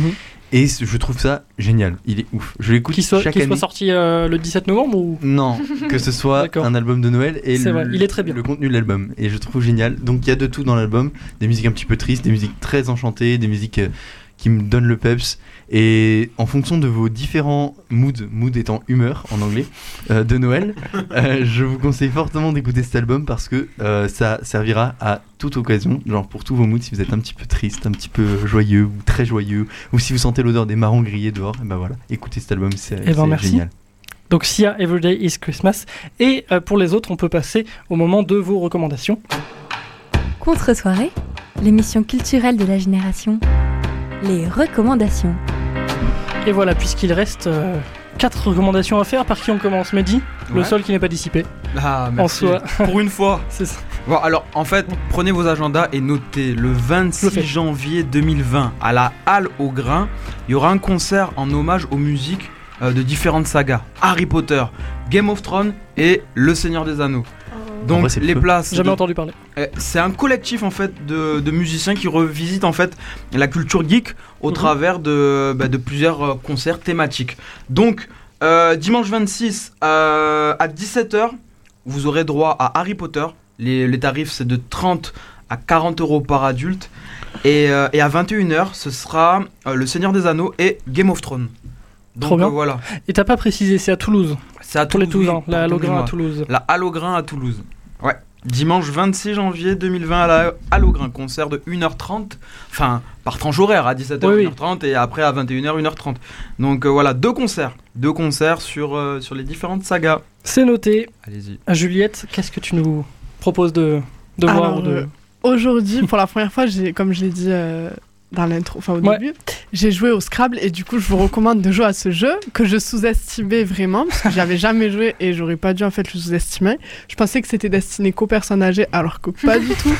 Speaker 5: Et c- je trouve ça génial. Il est ouf. Je l'écoute
Speaker 1: Qu'il soit,
Speaker 5: chaque
Speaker 1: qu'il soit
Speaker 5: année.
Speaker 1: sorti euh, le 17 novembre ou
Speaker 5: Non, que ce soit
Speaker 1: D'accord.
Speaker 5: un album de Noël et
Speaker 1: C'est
Speaker 5: le,
Speaker 1: vrai, il est très bien.
Speaker 5: le contenu de l'album. Et je trouve génial. Donc il y a de tout dans l'album des musiques un petit peu tristes, des musiques très enchantées, des musiques euh, qui me donnent le peps. Et en fonction de vos différents moods, mood étant humeur en anglais, euh, de
Speaker 1: *laughs*
Speaker 5: Noël, euh, je vous conseille fortement d'écouter cet album parce que euh, ça servira à toute occasion, genre pour tous vos moods, si vous êtes un petit peu triste, un petit peu joyeux ou très joyeux, ou si vous sentez l'odeur des marrons grillés dehors, et ben voilà, écoutez cet album, c'est
Speaker 1: ben,
Speaker 5: c'est
Speaker 1: merci.
Speaker 5: génial.
Speaker 1: Donc Sia, Everyday is Christmas. Et euh, pour les autres, on peut passer au moment de vos recommandations.
Speaker 2: Contre-soirée, l'émission culturelle de la génération. Les recommandations.
Speaker 1: Et voilà, puisqu'il reste 4 recommandations à faire, par qui on commence Mehdi, le
Speaker 3: Ouais.
Speaker 1: sol qui n'est pas dissipé.
Speaker 3: Ah,
Speaker 1: En
Speaker 3: merci.
Speaker 1: soi.
Speaker 3: Pour une fois.
Speaker 1: *laughs* C'est ça.
Speaker 3: Bon, alors, en fait, prenez vos agendas et notez le
Speaker 1: Je le
Speaker 3: 26
Speaker 1: fais.
Speaker 3: janvier 2020 à la Halle au Grain, il y aura un concert en hommage aux musiques euh, de différentes sagas Harry Potter, Game of Thrones et Le Seigneur des Anneaux.
Speaker 5: En
Speaker 3: Donc,
Speaker 5: vrai, c'est
Speaker 3: les
Speaker 5: peu.
Speaker 3: places.
Speaker 1: Jamais
Speaker 3: de-
Speaker 1: entendu parler.
Speaker 3: euh, C'est un collectif en fait de, de musiciens qui revisitent en fait la culture geek au
Speaker 1: Mhm.
Speaker 3: travers de, bah, de plusieurs euh, concerts thématiques. Donc euh, dimanche 26 euh, à 17h, vous aurez droit à Harry Potter. Les, les tarifs c'est de 30 à 40 euros par adulte. Et, euh, et à 21h, ce sera euh, Le Seigneur des Anneaux et Game of Thrones. Donc
Speaker 1: Trop bien.
Speaker 3: euh, voilà,
Speaker 1: Et t'as pas précisé, c'est à Toulouse.
Speaker 3: c'est à
Speaker 1: Pour les
Speaker 3: Toulouse.
Speaker 1: Toulousains,
Speaker 3: oui,
Speaker 1: la Halograin à
Speaker 3: pardonnez-moi.
Speaker 1: Toulouse.
Speaker 3: La Halograin à Toulouse. Ouais. Dimanche 26 janvier 2020 à la Halograin, concert de 1h30, enfin par tranche horaire à 17h
Speaker 1: Oui, oui.
Speaker 3: 1h30 et après à 21h 1h30. Donc euh, voilà, deux concerts, deux concerts sur, euh, sur les différentes sagas.
Speaker 1: C'est noté. Euh,
Speaker 3: Allez-y.
Speaker 1: Juliette, qu'est-ce que tu nous proposes de, de voir
Speaker 8: Alors,
Speaker 1: ou de...
Speaker 8: euh, Aujourd'hui, pour la première fois, j'ai, comme je l'ai dit euh, dans l'intro, enfin au
Speaker 1: Ouais.
Speaker 8: début, j'ai joué au Scrabble et du coup, je vous recommande de jouer à ce jeu que je sous-estimais vraiment parce que j'avais jamais joué et j'aurais pas dû en fait le sous-estimer. Je pensais que c'était destiné qu'aux personnes âgées alors que pas du
Speaker 1: *laughs*
Speaker 8: tout.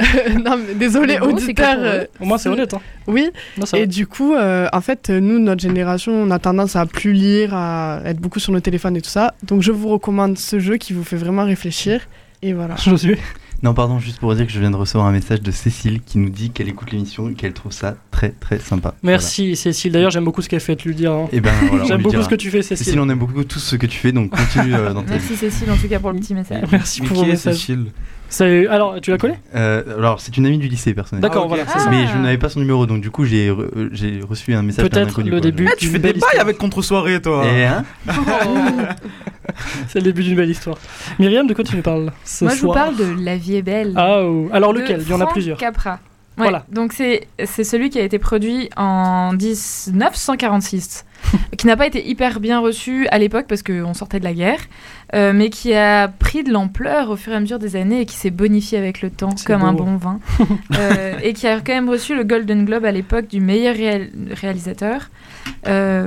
Speaker 8: *laughs* non, mais désolé,
Speaker 4: Mais bon, c'est que
Speaker 8: auditeur.
Speaker 4: pour
Speaker 8: euh,
Speaker 1: Au moins, c'est honnête. Hein.
Speaker 8: oui,
Speaker 1: Non, ça
Speaker 8: et
Speaker 1: va.
Speaker 8: du coup, euh, en fait, euh, nous, notre génération, on a tendance à plus lire, à être beaucoup sur nos téléphones et tout ça. Donc, je vous recommande ce jeu qui vous fait vraiment réfléchir. Et voilà.
Speaker 1: *laughs* Josué.
Speaker 5: Non, pardon, juste pour dire que je viens de recevoir un message de Cécile qui nous dit qu'elle écoute l'émission et qu'elle trouve ça très très sympa.
Speaker 1: Merci Cécile. D'ailleurs, j'aime beaucoup ce qu'elle fait, de lui dire. hein.
Speaker 5: Et ben voilà, on
Speaker 1: *laughs* j'aime
Speaker 5: lui
Speaker 1: beaucoup
Speaker 5: dira.
Speaker 1: ce que tu fais,
Speaker 5: Cécile,
Speaker 1: Cécile.
Speaker 5: on aime beaucoup tout ce que tu fais, donc continue euh, dans ta vie.
Speaker 4: Merci Cécile en tout cas pour le petit message.
Speaker 1: Merci
Speaker 3: Mais
Speaker 1: pour
Speaker 3: qui
Speaker 1: vos
Speaker 3: est
Speaker 1: messages.
Speaker 3: Cécile
Speaker 1: C'est- Alors, tu la connais
Speaker 5: Euh, alors, c'est une amie du lycée, personnellement.
Speaker 1: D'accord,
Speaker 3: ok.
Speaker 1: voilà. c'est
Speaker 4: Ah.
Speaker 1: ça.
Speaker 5: Mais je n'avais pas son numéro, donc du coup, j'ai re- euh, j'ai reçu un message d'un
Speaker 1: Peut-être
Speaker 5: inconnu.
Speaker 1: le
Speaker 5: quoi,
Speaker 1: début.
Speaker 3: Ah, tu
Speaker 1: d'une
Speaker 3: fais des
Speaker 1: belle
Speaker 3: bails
Speaker 1: histoire.
Speaker 3: avec contre-soirée toi
Speaker 5: genre. Et hein
Speaker 1: *laughs* C'est le début d'une belle histoire. Myriam, de quoi tu nous parles ce
Speaker 4: Moi je vous
Speaker 1: soir
Speaker 4: parle de La vie est belle.
Speaker 1: Ah, ou- Alors,
Speaker 4: de
Speaker 1: lequel Il y en a
Speaker 4: Frank
Speaker 1: plusieurs.
Speaker 4: Capra. Ouais,
Speaker 1: Voilà.
Speaker 4: Donc c'est c'est celui qui a été produit en 1946, *laughs* qui n'a pas été hyper bien reçu à l'époque parce qu'on sortait de la guerre, euh, mais qui a pris de l'ampleur au fur et à mesure des années et qui s'est bonifié avec le temps
Speaker 1: C'est
Speaker 4: comme un
Speaker 1: beau.
Speaker 4: bon vin, *laughs* Euh, et qui a quand même reçu le Golden Globe à l'époque du meilleur réal- réalisateur. Euh,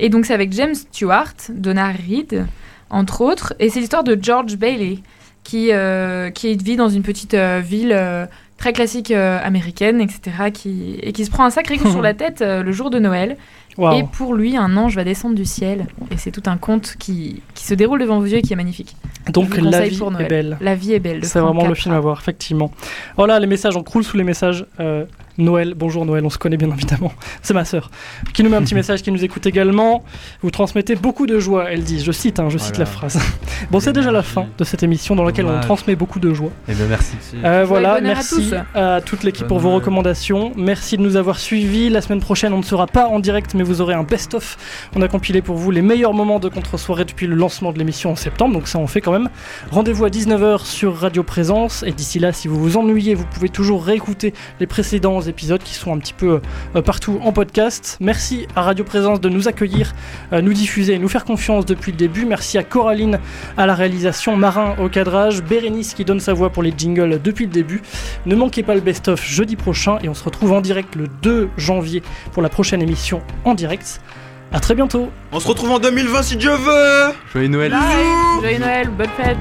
Speaker 4: et donc c'est avec James Stewart, Donna Reed, entre autres, et c'est l'histoire de George Bailey qui, euh, qui vit dans une petite euh, ville euh, très classique euh, américaine, etc., qui, et qui se prend un sacré coup
Speaker 1: *laughs*
Speaker 4: sur la tête euh, le jour de Noël.
Speaker 1: Waouh.
Speaker 4: Et pour lui, un ange va descendre du ciel. Et c'est tout un conte qui, qui se déroule devant vos yeux et qui est magnifique.
Speaker 1: Donc,
Speaker 4: je vous
Speaker 1: la
Speaker 4: conseille
Speaker 1: vie
Speaker 4: pour
Speaker 1: est
Speaker 4: Noël.
Speaker 1: belle.
Speaker 4: La vie est belle. de
Speaker 1: C'est
Speaker 4: Frank
Speaker 1: vraiment le
Speaker 4: Capra.
Speaker 1: film à voir, effectivement. Oh là, les messages, on croule sous les messages. Euh, Noël, bonjour Noël, on se connaît bien *laughs* évidemment. C'est ma sœur qui nous met un petit message, qui nous écoute également. Vous transmettez beaucoup de joie, elle dit. Je cite, hein, je cite la
Speaker 3: Voilà.
Speaker 1: phrase. Bon, c'est déjà la fin de cette émission dans laquelle on
Speaker 3: Dommage.
Speaker 1: transmet beaucoup de joie.
Speaker 5: Eh ben merci.
Speaker 1: Euh,
Speaker 4: Joyeux
Speaker 1: voilà,
Speaker 4: bonheur à
Speaker 1: merci euh,
Speaker 4: tous.
Speaker 1: à, toute l'équipe pour vos
Speaker 3: Bonne-
Speaker 1: recommandations. Merci de nous avoir suivis. La semaine prochaine, on ne sera pas en direct, mais vous aurez un best-of. On a compilé pour vous les meilleurs moments de contre-soirée depuis le lancement de l'émission en septembre, donc ça on fait quand même. Rendez-vous à 19h sur Radio Présence. Et d'ici là, si vous vous ennuyez, vous pouvez toujours réécouter les précédents épisodes épisodes qui sont un petit peu euh, partout en podcast. Merci à Radio Présence de nous accueillir, euh, nous diffuser et nous faire confiance depuis le début. Merci à Coraline à la réalisation, Marin au cadrage, Bérénice qui donne sa voix pour les jingles depuis le début. Ne manquez pas le best-of jeudi prochain et on se retrouve en direct le 2 janvier pour la prochaine émission en direct. À très bientôt
Speaker 3: On se retrouve en 2020 si Dieu veut
Speaker 5: Joyeux Noël
Speaker 4: Bye. Joyeux Noël, bonne fête